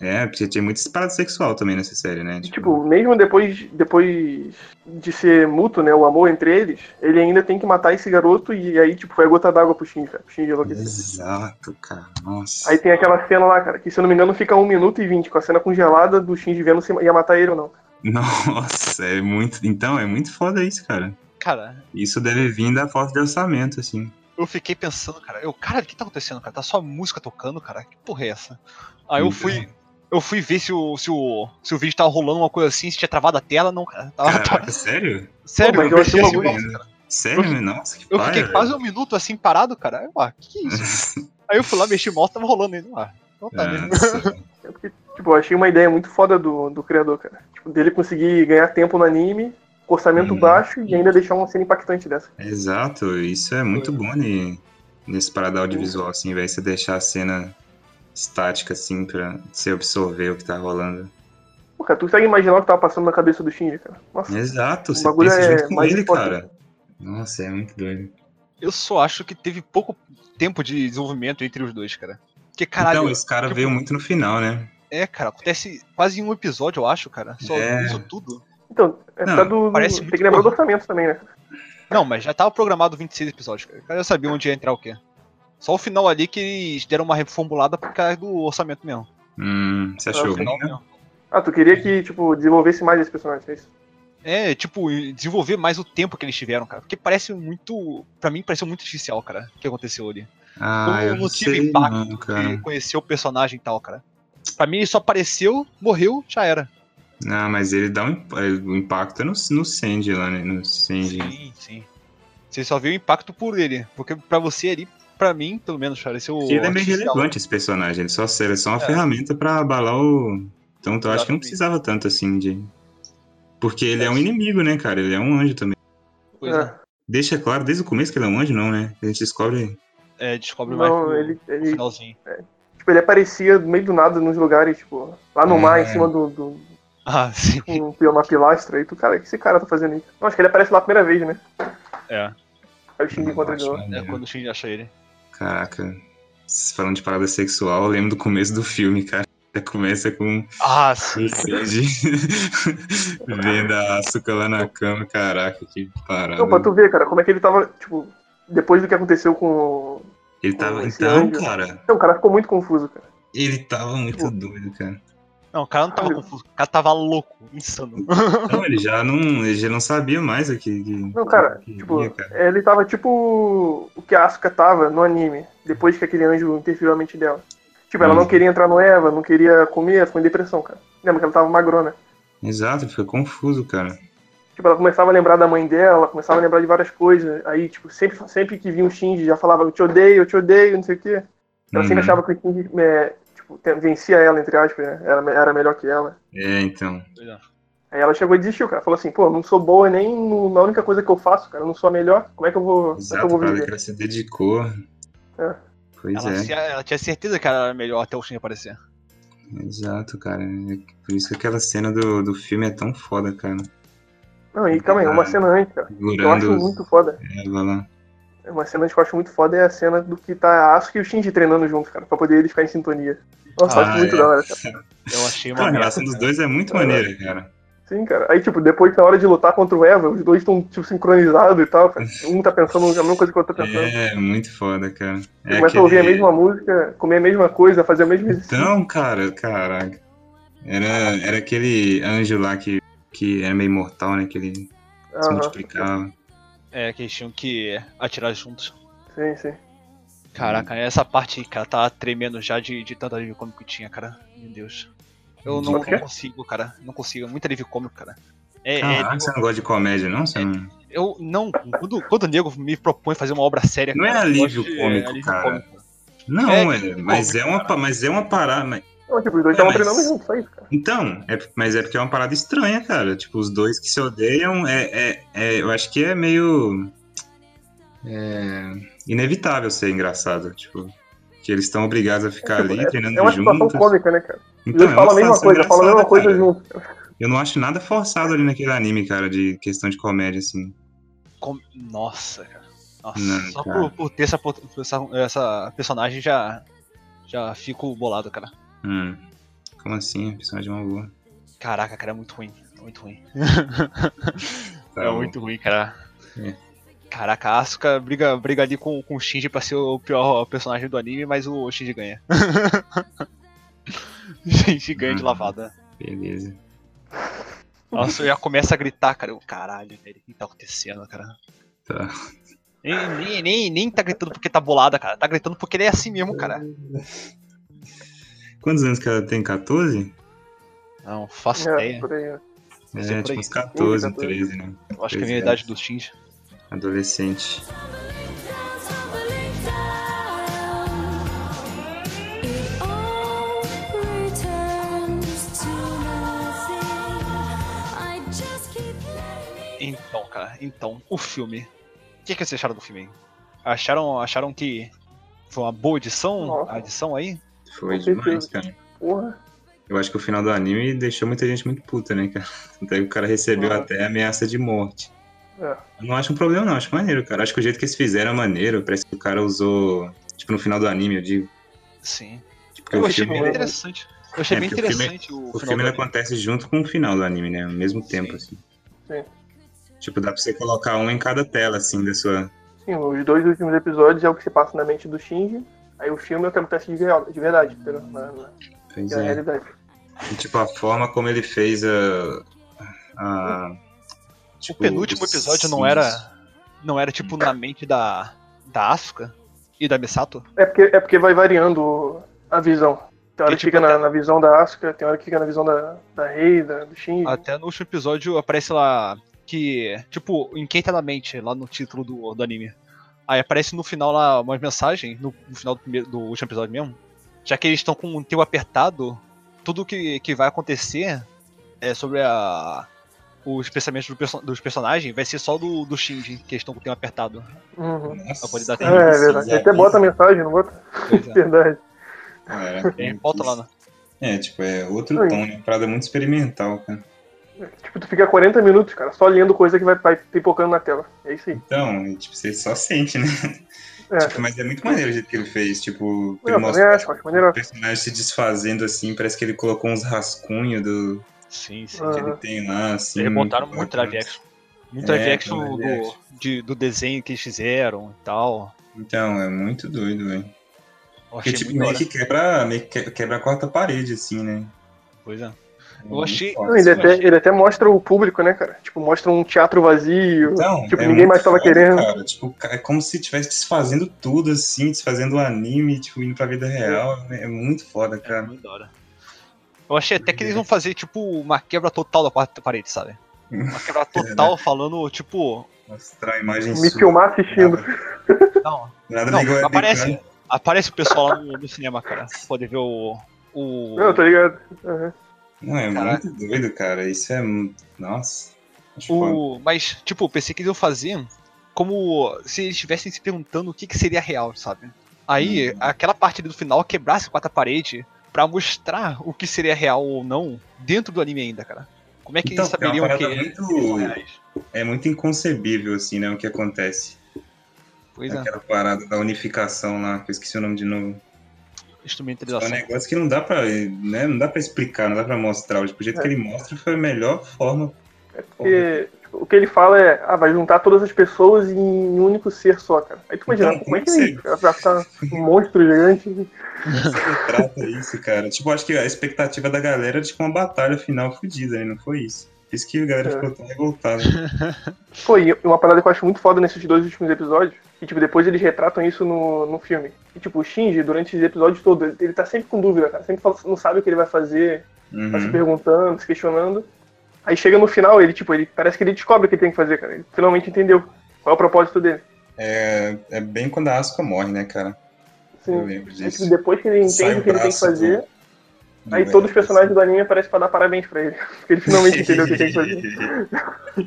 [SPEAKER 3] É, porque tinha muita parada sexual também nessa série, né?
[SPEAKER 5] E, tipo, mesmo depois, depois de ser mútuo, né, o amor entre eles, ele ainda tem que matar esse garoto e aí, tipo, foi a gota d'água pro Shinji, cara. Pro Shinji é enlouquecer.
[SPEAKER 3] Exato, cara. Nossa.
[SPEAKER 5] tipo, Aí tem aquela cena lá, cara, que se eu não me engano fica 1 minuto e 20, com a cena congelada do Shinji vendo se ia matar ele ou não.
[SPEAKER 3] (laughs) Nossa, é muito. Então, é muito foda isso, cara.
[SPEAKER 1] Cara,
[SPEAKER 3] Isso deve vir da falta de orçamento, assim.
[SPEAKER 1] eu fiquei pensando, cara. Eu, cara, o que tá acontecendo, cara? Tá só música tocando, cara? Que porra é essa? Aí eu
[SPEAKER 3] Hum.
[SPEAKER 1] fui. Eu fui ver se o, se o, se o vídeo tava rolando uma coisa assim, se tinha travado a tela, não, cara. Tava, tava-
[SPEAKER 3] Caraca, sério?
[SPEAKER 1] (laughs) Sério,
[SPEAKER 5] Pô,
[SPEAKER 1] eu
[SPEAKER 5] mas eu achei
[SPEAKER 1] pensei assim,
[SPEAKER 5] uma
[SPEAKER 1] nossa,
[SPEAKER 3] coisa-
[SPEAKER 1] cara.
[SPEAKER 3] Sério,
[SPEAKER 1] Eu fi-
[SPEAKER 3] nossa, que
[SPEAKER 1] Eu
[SPEAKER 3] paia,
[SPEAKER 1] fiquei
[SPEAKER 3] velho.
[SPEAKER 1] quase um minuto assim parado, cara. Eu, ah, que que é
[SPEAKER 3] (laughs)
[SPEAKER 1] isso? Aí eu fui lá, mexi o mouse, tava rolando ainda. Ah, então (laughs) tá, né?
[SPEAKER 3] Nossa.
[SPEAKER 5] É porque, tipo, eu achei uma ideia muito foda do, do criador, cara. Tipo, dele conseguir ganhar tempo no anime, com orçamento
[SPEAKER 1] Uhum.
[SPEAKER 3] Hum.
[SPEAKER 5] baixo e ainda deixar uma cena impactante dessa.
[SPEAKER 3] Exato, isso é muito bom né? nesse parada audiovisual, assim, velho. Você deixar a cena estática, assim, pra você absorver o que tá rolando.
[SPEAKER 5] Pô, cara, tu consegue imaginar o que tava passando na cabeça do Shinji, cara? Nossa,
[SPEAKER 3] Exato,
[SPEAKER 5] O
[SPEAKER 3] você
[SPEAKER 5] bagulho
[SPEAKER 3] pensa
[SPEAKER 5] é
[SPEAKER 3] junto com
[SPEAKER 5] mais
[SPEAKER 3] ele,
[SPEAKER 5] importante.
[SPEAKER 3] cara. Nossa, é muito doido.
[SPEAKER 1] Eu só acho que teve pouco tempo de desenvolvimento entre os dois, cara. Porque, caralho,
[SPEAKER 3] então, esse cara
[SPEAKER 1] tipo-
[SPEAKER 3] veio muito no final, né?
[SPEAKER 1] é, cara, acontece quase em um episódio, eu acho, cara. Só
[SPEAKER 3] É.
[SPEAKER 1] isso tudo.
[SPEAKER 5] então, é
[SPEAKER 3] Não,
[SPEAKER 5] por causa do. do-
[SPEAKER 1] parece
[SPEAKER 5] Tem
[SPEAKER 1] muito
[SPEAKER 5] que lembrar do
[SPEAKER 1] porra.
[SPEAKER 5] orçamento também, né?
[SPEAKER 1] Não, mas já tava programado 26 episódios, cara. O cara já sabia onde ia entrar o quê. Só o final ali que eles deram uma reformulada por causa do orçamento mesmo.
[SPEAKER 3] Hum, você achou
[SPEAKER 5] o
[SPEAKER 1] O
[SPEAKER 3] ruim,
[SPEAKER 1] final
[SPEAKER 3] né?
[SPEAKER 1] mesmo.
[SPEAKER 5] Ah, tu queria que, tipo, desenvolvesse mais esse personagem, é isso?
[SPEAKER 1] É, tipo, desenvolver mais o tempo que eles tiveram, cara. Porque parece muito. Pra mim, pareceu muito artificial, cara, o que aconteceu ali.
[SPEAKER 3] Ah,
[SPEAKER 1] eu
[SPEAKER 3] eu
[SPEAKER 1] não
[SPEAKER 3] não
[SPEAKER 1] tive
[SPEAKER 3] sei
[SPEAKER 1] impacto
[SPEAKER 3] não,
[SPEAKER 1] E
[SPEAKER 3] cara.
[SPEAKER 1] conhecer o personagem e tal, cara. Pra mim, ele só apareceu, morreu, já era.
[SPEAKER 3] Não, mas ele dá um, imp- o impacto é no, no Sandy lá, né? No Sandy.
[SPEAKER 1] Sim, sim. Você só vê o impacto por ele. Porque pra você ali, pra mim, pelo menos, pareceu.
[SPEAKER 3] Porque ele é meio
[SPEAKER 1] Tipo, artificial.
[SPEAKER 3] relevante esse personagem, ele só serve só uma
[SPEAKER 1] É.
[SPEAKER 3] ferramenta pra abalar o. Então eu acho que não
[SPEAKER 1] Exatamente.
[SPEAKER 3] precisava tanto assim de. Porque ele é um
[SPEAKER 1] Acho-
[SPEAKER 3] inimigo, né, cara? Ele é um anjo também.
[SPEAKER 1] Pois
[SPEAKER 5] É.
[SPEAKER 3] né?
[SPEAKER 1] é.
[SPEAKER 3] Deixa claro desde o começo que ele é um anjo, não, né? A gente descobre.
[SPEAKER 1] É, descobre mais
[SPEAKER 5] Não,
[SPEAKER 1] pro,
[SPEAKER 5] ele,
[SPEAKER 1] pro
[SPEAKER 5] ele,
[SPEAKER 1] finalzinho.
[SPEAKER 5] tipo, ele aparecia do meio do nada nos lugares, tipo, lá
[SPEAKER 1] Uhum.
[SPEAKER 5] no mar,
[SPEAKER 3] É.
[SPEAKER 5] em cima do, do
[SPEAKER 1] Ah, sim.
[SPEAKER 5] um, uma pilastra, e tu, cara, o que esse cara tá fazendo aí? Não, acho que ele aparece lá a primeira vez, né?
[SPEAKER 1] É.
[SPEAKER 5] Aí Aí o Shinji encontra ele lá.
[SPEAKER 3] Batman,
[SPEAKER 1] É
[SPEAKER 3] né?
[SPEAKER 1] quando o Shinji acha ele.
[SPEAKER 3] Caraca, vocês falando de parada sexual, eu lembro do começo do filme, cara. Já começa com
[SPEAKER 7] Ah, sim.
[SPEAKER 3] o Sanji (laughs) vendo a Asuka lá na cama, caraca, que parada.
[SPEAKER 5] Não, pra tu ver, cara, como é que ele tava, tipo, depois do que aconteceu com. o-
[SPEAKER 3] Ele tava,
[SPEAKER 5] Esse
[SPEAKER 3] então,
[SPEAKER 5] anjo.
[SPEAKER 3] cara,
[SPEAKER 5] Não, o cara ficou muito confuso, cara.
[SPEAKER 3] ele tava muito
[SPEAKER 1] Tipo,
[SPEAKER 3] doido, cara.
[SPEAKER 1] Não, o cara não tava confuso, o cara tava louco, insano.
[SPEAKER 3] Não, ele já não, ele já não sabia mais o que. que-
[SPEAKER 5] Não, cara,
[SPEAKER 3] que- que
[SPEAKER 5] tipo,
[SPEAKER 3] ia, cara.
[SPEAKER 5] ele tava tipo o que a Asuka tava no anime, depois que aquele anjo interferiu na mente dela. Tipo, ela
[SPEAKER 3] Hum.
[SPEAKER 5] não queria entrar no Eva, não queria comer, ficou em depressão, cara. Lembra que ela tava magrona.
[SPEAKER 3] Exato, ele ficou confuso, cara.
[SPEAKER 5] Tipo, ela começava a lembrar da mãe dela, começava a lembrar de várias coisas. Aí, tipo, sempre, sempre que via um Shinji, já falava, eu te odeio, eu te odeio, não sei o quê. Ela sempre
[SPEAKER 3] Uhum.
[SPEAKER 5] achava que o Shinji é, tipo, te- vencia ela, entre aspas, né? Era, era melhor que ela.
[SPEAKER 3] É, então.
[SPEAKER 5] Aí ela chegou e desistiu, cara. Falou assim, pô, não sou boa nem no- na única coisa que eu faço, cara. Eu não sou a melhor. Como é que eu vou, como é que
[SPEAKER 3] Exato,
[SPEAKER 5] eu
[SPEAKER 3] a
[SPEAKER 5] vou
[SPEAKER 3] parada que
[SPEAKER 5] viver?
[SPEAKER 3] ela se dedicou.
[SPEAKER 5] É.
[SPEAKER 3] Pois
[SPEAKER 1] Ela,
[SPEAKER 3] é.
[SPEAKER 1] se- ela tinha certeza que ela era melhor até o Shinji aparecer.
[SPEAKER 3] Exato, cara. É Por isso que aquela cena do, do filme é tão foda, cara.
[SPEAKER 5] Não, e calma aí, é
[SPEAKER 3] é
[SPEAKER 5] uma cena antes, cara. Eu acho
[SPEAKER 3] Segurando
[SPEAKER 5] muito foda.
[SPEAKER 3] Eva lá.
[SPEAKER 5] É Uma cena que eu acho muito foda é a cena do que tá a Asuka e o Shinji treinando juntos, cara, pra poder eles ficarem em sintonia. Nossa, eu
[SPEAKER 3] Ah,
[SPEAKER 5] acho muito
[SPEAKER 3] é.
[SPEAKER 5] da hora, assim. cara.
[SPEAKER 1] Eu achei
[SPEAKER 3] Cara,
[SPEAKER 1] uma
[SPEAKER 3] a
[SPEAKER 1] merda.
[SPEAKER 3] relação dos dois é
[SPEAKER 5] Tá.
[SPEAKER 3] muito maneira, cara.
[SPEAKER 5] Sim, cara. Aí, tipo, depois na hora de lutar contra o Eva, os dois estão, tipo, sincronizados e tal, cara. Um tá pensando a mesma coisa que o outro tá pensando.
[SPEAKER 3] É, muito foda, cara. É
[SPEAKER 5] Ele começa a ouvir a
[SPEAKER 3] aquele-
[SPEAKER 5] mesma música, comer a mesma coisa, fazer o mesmo exercício.
[SPEAKER 3] Então, cara, caraca. Era, era aquele anjo lá que, que era meio mortal, né? Que ele se
[SPEAKER 5] Aham.
[SPEAKER 3] multiplicava.
[SPEAKER 1] É, que eles tinham que atirar juntos.
[SPEAKER 5] Sim, sim.
[SPEAKER 1] Caraca, essa parte, cara, tá tremendo já de, de tanto alívio cômico que tinha, cara. Meu Deus. Eu não,
[SPEAKER 5] O quê?
[SPEAKER 1] não consigo, cara. Não consigo. É muito alívio cômico, cara. É, é-
[SPEAKER 3] Caraca, Ah, você não gosta de comédia, não? Você não...
[SPEAKER 1] eu não. Quando, quando o nego me propõe fazer uma obra séria.
[SPEAKER 3] Não
[SPEAKER 1] cara,
[SPEAKER 3] é
[SPEAKER 1] eu
[SPEAKER 3] alívio
[SPEAKER 1] gosto de-
[SPEAKER 3] cômico, cara. Não,
[SPEAKER 1] É,
[SPEAKER 3] é, mas, é uma, pa- mas é uma parada. mas-
[SPEAKER 5] Então, tipo, os dois
[SPEAKER 3] É,
[SPEAKER 5] estavam
[SPEAKER 3] mas-
[SPEAKER 5] treinando juntos, só isso, cara.
[SPEAKER 3] Então, é, mas é porque é uma parada estranha, cara. Tipo, os dois que se odeiam, é, é- é- eu acho que é meio. é, inevitável ser engraçado. Tipo, que eles estão obrigados a ficar
[SPEAKER 5] Tipo,
[SPEAKER 3] ali treinando
[SPEAKER 5] é uma situação
[SPEAKER 3] juntos.
[SPEAKER 5] cômica, né, cara? Os
[SPEAKER 3] Então,
[SPEAKER 5] dois
[SPEAKER 3] é
[SPEAKER 5] falam a
[SPEAKER 3] uma
[SPEAKER 5] mesma
[SPEAKER 3] situação
[SPEAKER 5] coisa, falam a mesma
[SPEAKER 3] engraçada,
[SPEAKER 5] coisa
[SPEAKER 3] cara.
[SPEAKER 5] junto.
[SPEAKER 3] Eu não acho nada forçado ali naquele anime, cara, de questão de comédia, assim.
[SPEAKER 1] Com- Nossa, cara. Nossa,
[SPEAKER 3] Não,
[SPEAKER 1] só
[SPEAKER 3] cara.
[SPEAKER 1] Por, por ter essa, pot- essa, essa personagem já, já fico bolado, cara.
[SPEAKER 3] Hum, Como assim? A personagem é uma boa.
[SPEAKER 1] Caraca, cara, é muito ruim. É muito ruim.
[SPEAKER 3] Tá
[SPEAKER 1] é
[SPEAKER 3] bom.
[SPEAKER 1] muito ruim, cara.
[SPEAKER 3] É.
[SPEAKER 1] Caraca, a Asuka briga, briga ali com, com o Shinji pra ser o pior personagem do anime, mas o Shinji ganha. (laughs) O Shinji ganha de
[SPEAKER 3] Uhum.
[SPEAKER 1] lavada.
[SPEAKER 3] Beleza.
[SPEAKER 1] Nossa, eu já começa a gritar, cara. Eu, caralho, velho, o que tá acontecendo, cara?
[SPEAKER 3] Tá.
[SPEAKER 1] Nem, nem, nem, nem tá gritando porque tá bolada, cara. Tá gritando porque ele é assim mesmo, cara.
[SPEAKER 3] Quantos anos que ela tem? 14?
[SPEAKER 1] Não, faço
[SPEAKER 5] É,
[SPEAKER 3] né?
[SPEAKER 1] ideia.
[SPEAKER 5] por aí.
[SPEAKER 3] É,
[SPEAKER 1] Sim, por aí.
[SPEAKER 3] tipo, uns 14,
[SPEAKER 5] 14.
[SPEAKER 3] 13, né?
[SPEAKER 1] Eu acho que é a
[SPEAKER 3] Pois
[SPEAKER 1] minha
[SPEAKER 3] é.
[SPEAKER 1] idade do Shinji.
[SPEAKER 3] Adolescente.
[SPEAKER 1] Então, cara, então, o filme. O que, que vocês acharam do filme? Acharam, acharam que foi uma boa edição?
[SPEAKER 5] Nossa.
[SPEAKER 1] A edição aí?
[SPEAKER 3] Foi
[SPEAKER 5] Com
[SPEAKER 3] demais,
[SPEAKER 5] certeza.
[SPEAKER 3] cara.
[SPEAKER 5] Porra.
[SPEAKER 3] Eu acho que o final do anime deixou muita gente muito puta, né, cara? (laughs) Até que o cara recebeu
[SPEAKER 5] Ah.
[SPEAKER 3] até ameaça de morte.
[SPEAKER 5] É.
[SPEAKER 3] Eu não acho um problema, não. Acho maneiro, cara. Acho que o jeito que eles fizeram é maneiro. Parece que o cara usou. Tipo, no final do anime, eu digo.
[SPEAKER 1] Sim.
[SPEAKER 3] Tipo, porque
[SPEAKER 1] Eu
[SPEAKER 3] o
[SPEAKER 1] achei
[SPEAKER 3] filme,
[SPEAKER 1] bem interessante. Eu achei
[SPEAKER 3] É,
[SPEAKER 1] bem
[SPEAKER 3] porque o filme-
[SPEAKER 1] interessante o,
[SPEAKER 3] o
[SPEAKER 1] final.
[SPEAKER 3] filme
[SPEAKER 1] do
[SPEAKER 3] ele
[SPEAKER 1] anime.
[SPEAKER 3] acontece junto com o final do anime, né? Ao mesmo tempo, assim.
[SPEAKER 5] Sim.
[SPEAKER 3] Tipo, dá pra você colocar um em cada tela, assim, da sua.
[SPEAKER 5] Sim, os dois últimos episódios é o que se passa na mente do Shinji. Aí o filme é o que acontece de, real- de verdade, entendeu? Na, na-
[SPEAKER 3] Pois
[SPEAKER 5] na
[SPEAKER 3] é.
[SPEAKER 5] realidade.
[SPEAKER 3] E, tipo, a forma como ele fez a. a-
[SPEAKER 1] O
[SPEAKER 3] tipo,
[SPEAKER 1] penúltimo
[SPEAKER 3] os-
[SPEAKER 1] episódio não era. Não era tipo na mente da. da Asuka e da Misato?
[SPEAKER 5] É porque, é porque vai variando a visão.
[SPEAKER 3] É
[SPEAKER 5] Tem hora
[SPEAKER 1] E,
[SPEAKER 5] que
[SPEAKER 1] tipo,
[SPEAKER 5] fica na,
[SPEAKER 1] até-
[SPEAKER 5] na visão da Asuka, tem hora que fica na visão da, da Rei, da, do Shinji.
[SPEAKER 1] Até no último episódio aparece lá que. Tipo, em quem tá na mente, lá no título do, do anime. Aí aparece no final lá uma mensagem, no, no final do, primeiro- do último episódio mesmo. Já que eles estão com o teu apertado, tudo que, que vai acontecer é sobre a. Os pensamentos do perso- dos personagens vai ser só do, do Shinji, que eles estão com o tempo apertado.
[SPEAKER 5] Uhum.
[SPEAKER 3] Nossa,
[SPEAKER 1] Pra poder dar
[SPEAKER 5] É,
[SPEAKER 1] tempo.
[SPEAKER 5] é verdade. Ele até bota a mensagem, não bota? (laughs) Verdade.
[SPEAKER 3] Cara,
[SPEAKER 1] Tem pauta é. lá, né?
[SPEAKER 3] É, tipo, é outro
[SPEAKER 5] Oi.
[SPEAKER 3] tom, né? Parada muito experimental, cara.
[SPEAKER 5] Tipo, tu fica 40 minutos, cara, só lendo coisa que vai, vai pipocando na tela. É isso aí.
[SPEAKER 3] Então, e, tipo, você só sente, né?
[SPEAKER 5] É.
[SPEAKER 3] Tipo, mas é muito maneiro o jeito que ele fez. Tipo,
[SPEAKER 5] Eu
[SPEAKER 3] ele
[SPEAKER 5] também
[SPEAKER 3] mostra Tipo,
[SPEAKER 5] acho, acho maneiro.
[SPEAKER 3] o personagem se desfazendo assim, parece que ele colocou uns rascunhos do
[SPEAKER 1] Sim, sim.
[SPEAKER 5] Ah.
[SPEAKER 3] que ele tem lá, assim.
[SPEAKER 1] Eles botaram muito live action. Muito live
[SPEAKER 3] É,
[SPEAKER 1] action
[SPEAKER 3] live
[SPEAKER 1] do, de- do desenho que eles fizeram e tal.
[SPEAKER 3] Então, é muito doido, velho.
[SPEAKER 1] Eu
[SPEAKER 3] Porque,
[SPEAKER 1] achei
[SPEAKER 3] tipo,
[SPEAKER 1] muito da
[SPEAKER 3] meio
[SPEAKER 1] hora.
[SPEAKER 3] que quebra, meio que que- quebra a quarta parede, assim, né?
[SPEAKER 1] Pois é.
[SPEAKER 3] É
[SPEAKER 1] Eu
[SPEAKER 3] muito
[SPEAKER 1] achei-
[SPEAKER 3] foda.
[SPEAKER 5] Não, ele, é até, ele até mostra o público, né, cara? Tipo, mostra um teatro vazio.
[SPEAKER 3] Então,
[SPEAKER 5] Tipo,
[SPEAKER 3] é
[SPEAKER 5] ninguém
[SPEAKER 3] muito
[SPEAKER 5] mais tava querendo.
[SPEAKER 3] Cara. Tipo, ca- é como se estivesse desfazendo tudo, assim, desfazendo o anime, tipo, indo pra vida real. É muito foda,
[SPEAKER 1] É
[SPEAKER 3] cara.
[SPEAKER 1] muito da hora. Eu achei até que eles vão fazer, tipo, uma quebra total da quarta parede, sabe? Uma
[SPEAKER 3] (laughs) É,
[SPEAKER 1] quebra
[SPEAKER 3] né?
[SPEAKER 1] total falando, tipo.
[SPEAKER 3] Mostrar a imagem
[SPEAKER 5] Me
[SPEAKER 3] sua.
[SPEAKER 5] filmar
[SPEAKER 3] Tá
[SPEAKER 5] assistindo.
[SPEAKER 1] Não,
[SPEAKER 3] Nada
[SPEAKER 1] Não,
[SPEAKER 3] legal é
[SPEAKER 1] aparece.
[SPEAKER 3] brincar.
[SPEAKER 1] aparece o pessoal lá no, no cinema, cara. Poder ver o. o...
[SPEAKER 5] Não, tô ligado. Aham.
[SPEAKER 3] Não, é
[SPEAKER 1] Caraca.
[SPEAKER 3] muito doido, cara. Isso é. mu- Nossa. Acho foda.
[SPEAKER 1] O- mas, tipo, eu pensei que eles iam fazer como se eles estivessem se perguntando o que, que seria real, sabe? Aí,
[SPEAKER 3] Uhum.
[SPEAKER 1] aquela parte ali do final quebrasse a quarta parede pra mostrar o que seria real ou não dentro do anime ainda, cara. Como é que
[SPEAKER 3] Então,
[SPEAKER 1] eles
[SPEAKER 3] cara, é
[SPEAKER 1] saberiam
[SPEAKER 3] uma
[SPEAKER 1] que
[SPEAKER 3] parada
[SPEAKER 1] eles
[SPEAKER 3] muito-
[SPEAKER 1] são reais?
[SPEAKER 3] É muito inconcebível, assim, né? O que acontece.
[SPEAKER 1] Pois é,
[SPEAKER 3] Aquela parada da unificação lá, que eu esqueci o nome de novo. É um
[SPEAKER 1] instrumentalização.
[SPEAKER 3] negócio que não dá pra. Né? Não dá pra explicar, não dá pra mostrar. Tipo, o jeito
[SPEAKER 5] É.
[SPEAKER 3] que ele mostra foi a melhor forma.
[SPEAKER 5] Porque tipo, o que ele fala é, ah, vai juntar todas as pessoas em um único ser só, cara. Aí tu imagina,
[SPEAKER 3] Então,
[SPEAKER 5] como é que
[SPEAKER 3] como
[SPEAKER 5] é
[SPEAKER 3] que
[SPEAKER 5] isso? Ela vai ficar um monstro gigante.
[SPEAKER 3] Como trata isso, cara. Tipo, acho que a expectativa da galera era tipo uma batalha final fodida, né? Não foi isso. Por isso que a galera
[SPEAKER 5] É.
[SPEAKER 3] ficou tão revoltada.
[SPEAKER 5] Pô, e uma parada que eu acho muito foda nesses dois últimos episódios, e tipo, depois eles retratam isso no, no filme. E tipo, o Shinji, durante os episódios todos, ele- ele tá sempre com dúvida, cara. Sempre fala- não sabe o que ele vai fazer, tá se
[SPEAKER 3] Uhum.
[SPEAKER 5] perguntando, se questionando. Aí chega no final, ele, tipo, ele parece que ele descobre o que ele tem que fazer, cara. Ele finalmente entendeu qual é o propósito dele.
[SPEAKER 3] É, é bem quando a Asuka morre, né, cara? Eu
[SPEAKER 5] Assim,
[SPEAKER 3] lembro
[SPEAKER 5] aí, tipo,
[SPEAKER 3] disso.
[SPEAKER 5] depois que ele
[SPEAKER 3] Sai
[SPEAKER 5] entende
[SPEAKER 3] o
[SPEAKER 5] o que ele tem que
[SPEAKER 3] braço do-
[SPEAKER 5] fazer,
[SPEAKER 3] do
[SPEAKER 5] Aí
[SPEAKER 3] velho,
[SPEAKER 5] todos os personagens
[SPEAKER 3] assim.
[SPEAKER 5] do anime aparecem pra dar parabéns pra ele. (laughs) Porque ele finalmente entendeu o que tem que fazer.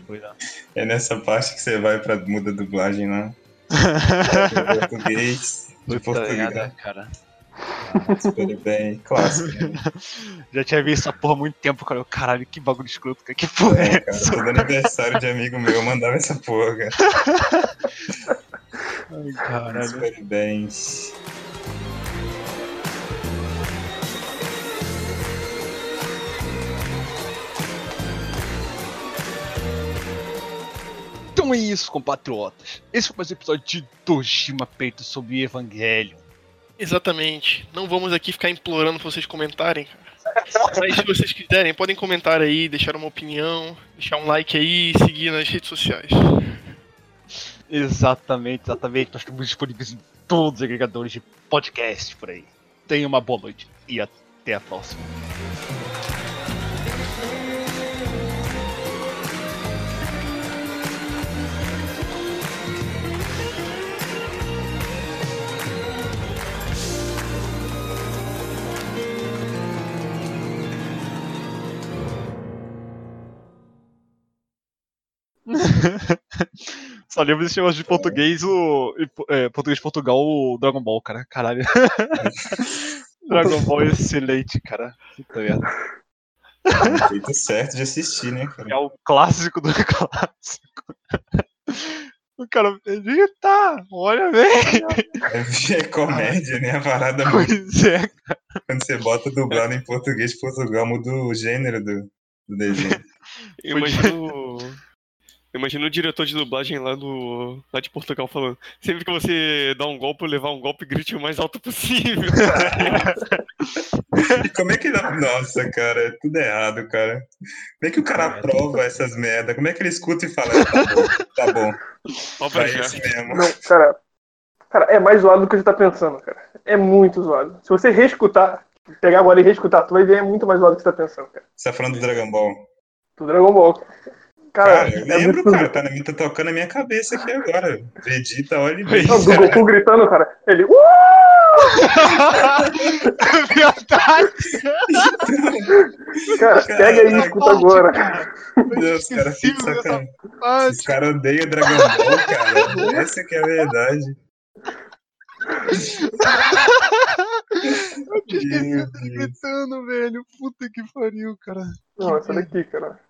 [SPEAKER 1] Pois é.
[SPEAKER 3] É nessa parte que você vai pra muda a dublagem lá.
[SPEAKER 1] (laughs)
[SPEAKER 3] De português, de
[SPEAKER 1] Puta tá né? merda,
[SPEAKER 3] português. né?
[SPEAKER 1] cara.
[SPEAKER 3] Tudo bem, clássico. né?
[SPEAKER 1] Já tinha visto essa porra há muito tempo, cara. Eu, Caralho, que bagulho escroto, cara. Que porra é
[SPEAKER 3] Cara,
[SPEAKER 1] essa?
[SPEAKER 3] todo aniversário de amigo meu eu mandava essa porra, cara.
[SPEAKER 1] Ai, caralho.
[SPEAKER 3] Super bens.
[SPEAKER 1] Então é isso, compatriotas. Esse foi mais um episódio de Dojima Peito sobre Evangelho.
[SPEAKER 2] Exatamente. Não vamos aqui ficar implorando pra vocês comentarem, cara. Mas se vocês quiserem, podem comentar aí, deixar uma opinião, deixar um like aí e seguir nas redes sociais.
[SPEAKER 1] Exatamente, exatamente. Nós estamos disponíveis em todos os agregadores de podcast por aí. Tenha uma boa noite e até a próxima. Só lembro desse negócio de português, o. e po- É, português de Portugal, o Dragon Ball, cara. Caralho. (laughs) Dragon Ball é excelente, cara. Puta merda.
[SPEAKER 3] É um jeito certo de assistir, né, cara?
[SPEAKER 1] É o clássico do (laughs) clássico. O cara. Eita! Olha, (laughs) velho!
[SPEAKER 3] É, é comédia, né? A parada muito.
[SPEAKER 1] Pois é,
[SPEAKER 3] Quando você bota dublado em português de Portugal, muda o gênero do, do desenho.
[SPEAKER 8] Eu
[SPEAKER 2] é.
[SPEAKER 8] imagino. (laughs) Eu imagino o diretor de dublagem lá do. lá de Portugal falando. Sempre que você dá um golpe, levar um golpe, grite o mais alto
[SPEAKER 2] (laughs)
[SPEAKER 8] possível.
[SPEAKER 3] E como é que. dá- Nossa, cara, é tudo errado, cara. Como é que o cara aprova essas merda? Como é que ele escuta e fala, "Ah, tá bom, tá (laughs) bom,
[SPEAKER 8] Ó pra
[SPEAKER 3] vai
[SPEAKER 8] já.
[SPEAKER 3] esse mesmo.
[SPEAKER 5] Não, cara. Cara, é mais zoado do que você tá pensando, cara. É muito zoado. Se você reescutar, pegar agora e reescutar, tu vai ver é muito mais zoado do que você tá pensando, cara.
[SPEAKER 3] Você tá falando do Dragon Ball.
[SPEAKER 5] Do Dragon Ball, cara.
[SPEAKER 3] Cara,
[SPEAKER 5] Cara,
[SPEAKER 3] eu
[SPEAKER 5] é
[SPEAKER 3] lembro,
[SPEAKER 5] muito
[SPEAKER 3] cara,
[SPEAKER 5] cara.
[SPEAKER 3] tá, na minha, tá tocando na minha cabeça aqui agora. Vegeta, olha e
[SPEAKER 5] Não, do
[SPEAKER 3] Vegeta.
[SPEAKER 5] Goku gritando, cara.
[SPEAKER 3] (laughs)
[SPEAKER 5] Ele. "Uh!"
[SPEAKER 1] (laughs) É
[SPEAKER 5] Cara,
[SPEAKER 3] Caraca,
[SPEAKER 5] pega aí e escuta
[SPEAKER 1] volte,
[SPEAKER 5] agora.
[SPEAKER 3] Meu Deus, cara, fica
[SPEAKER 1] esquecível essa
[SPEAKER 3] sacanagem. Os caras odeiam Dragon Ball, cara. Essa que é a verdade.
[SPEAKER 1] Eu tinha esquecido dele
[SPEAKER 3] Meu Deus.
[SPEAKER 1] gritando, velho. Puta que pariu, cara.
[SPEAKER 5] Não, essa daqui, cara.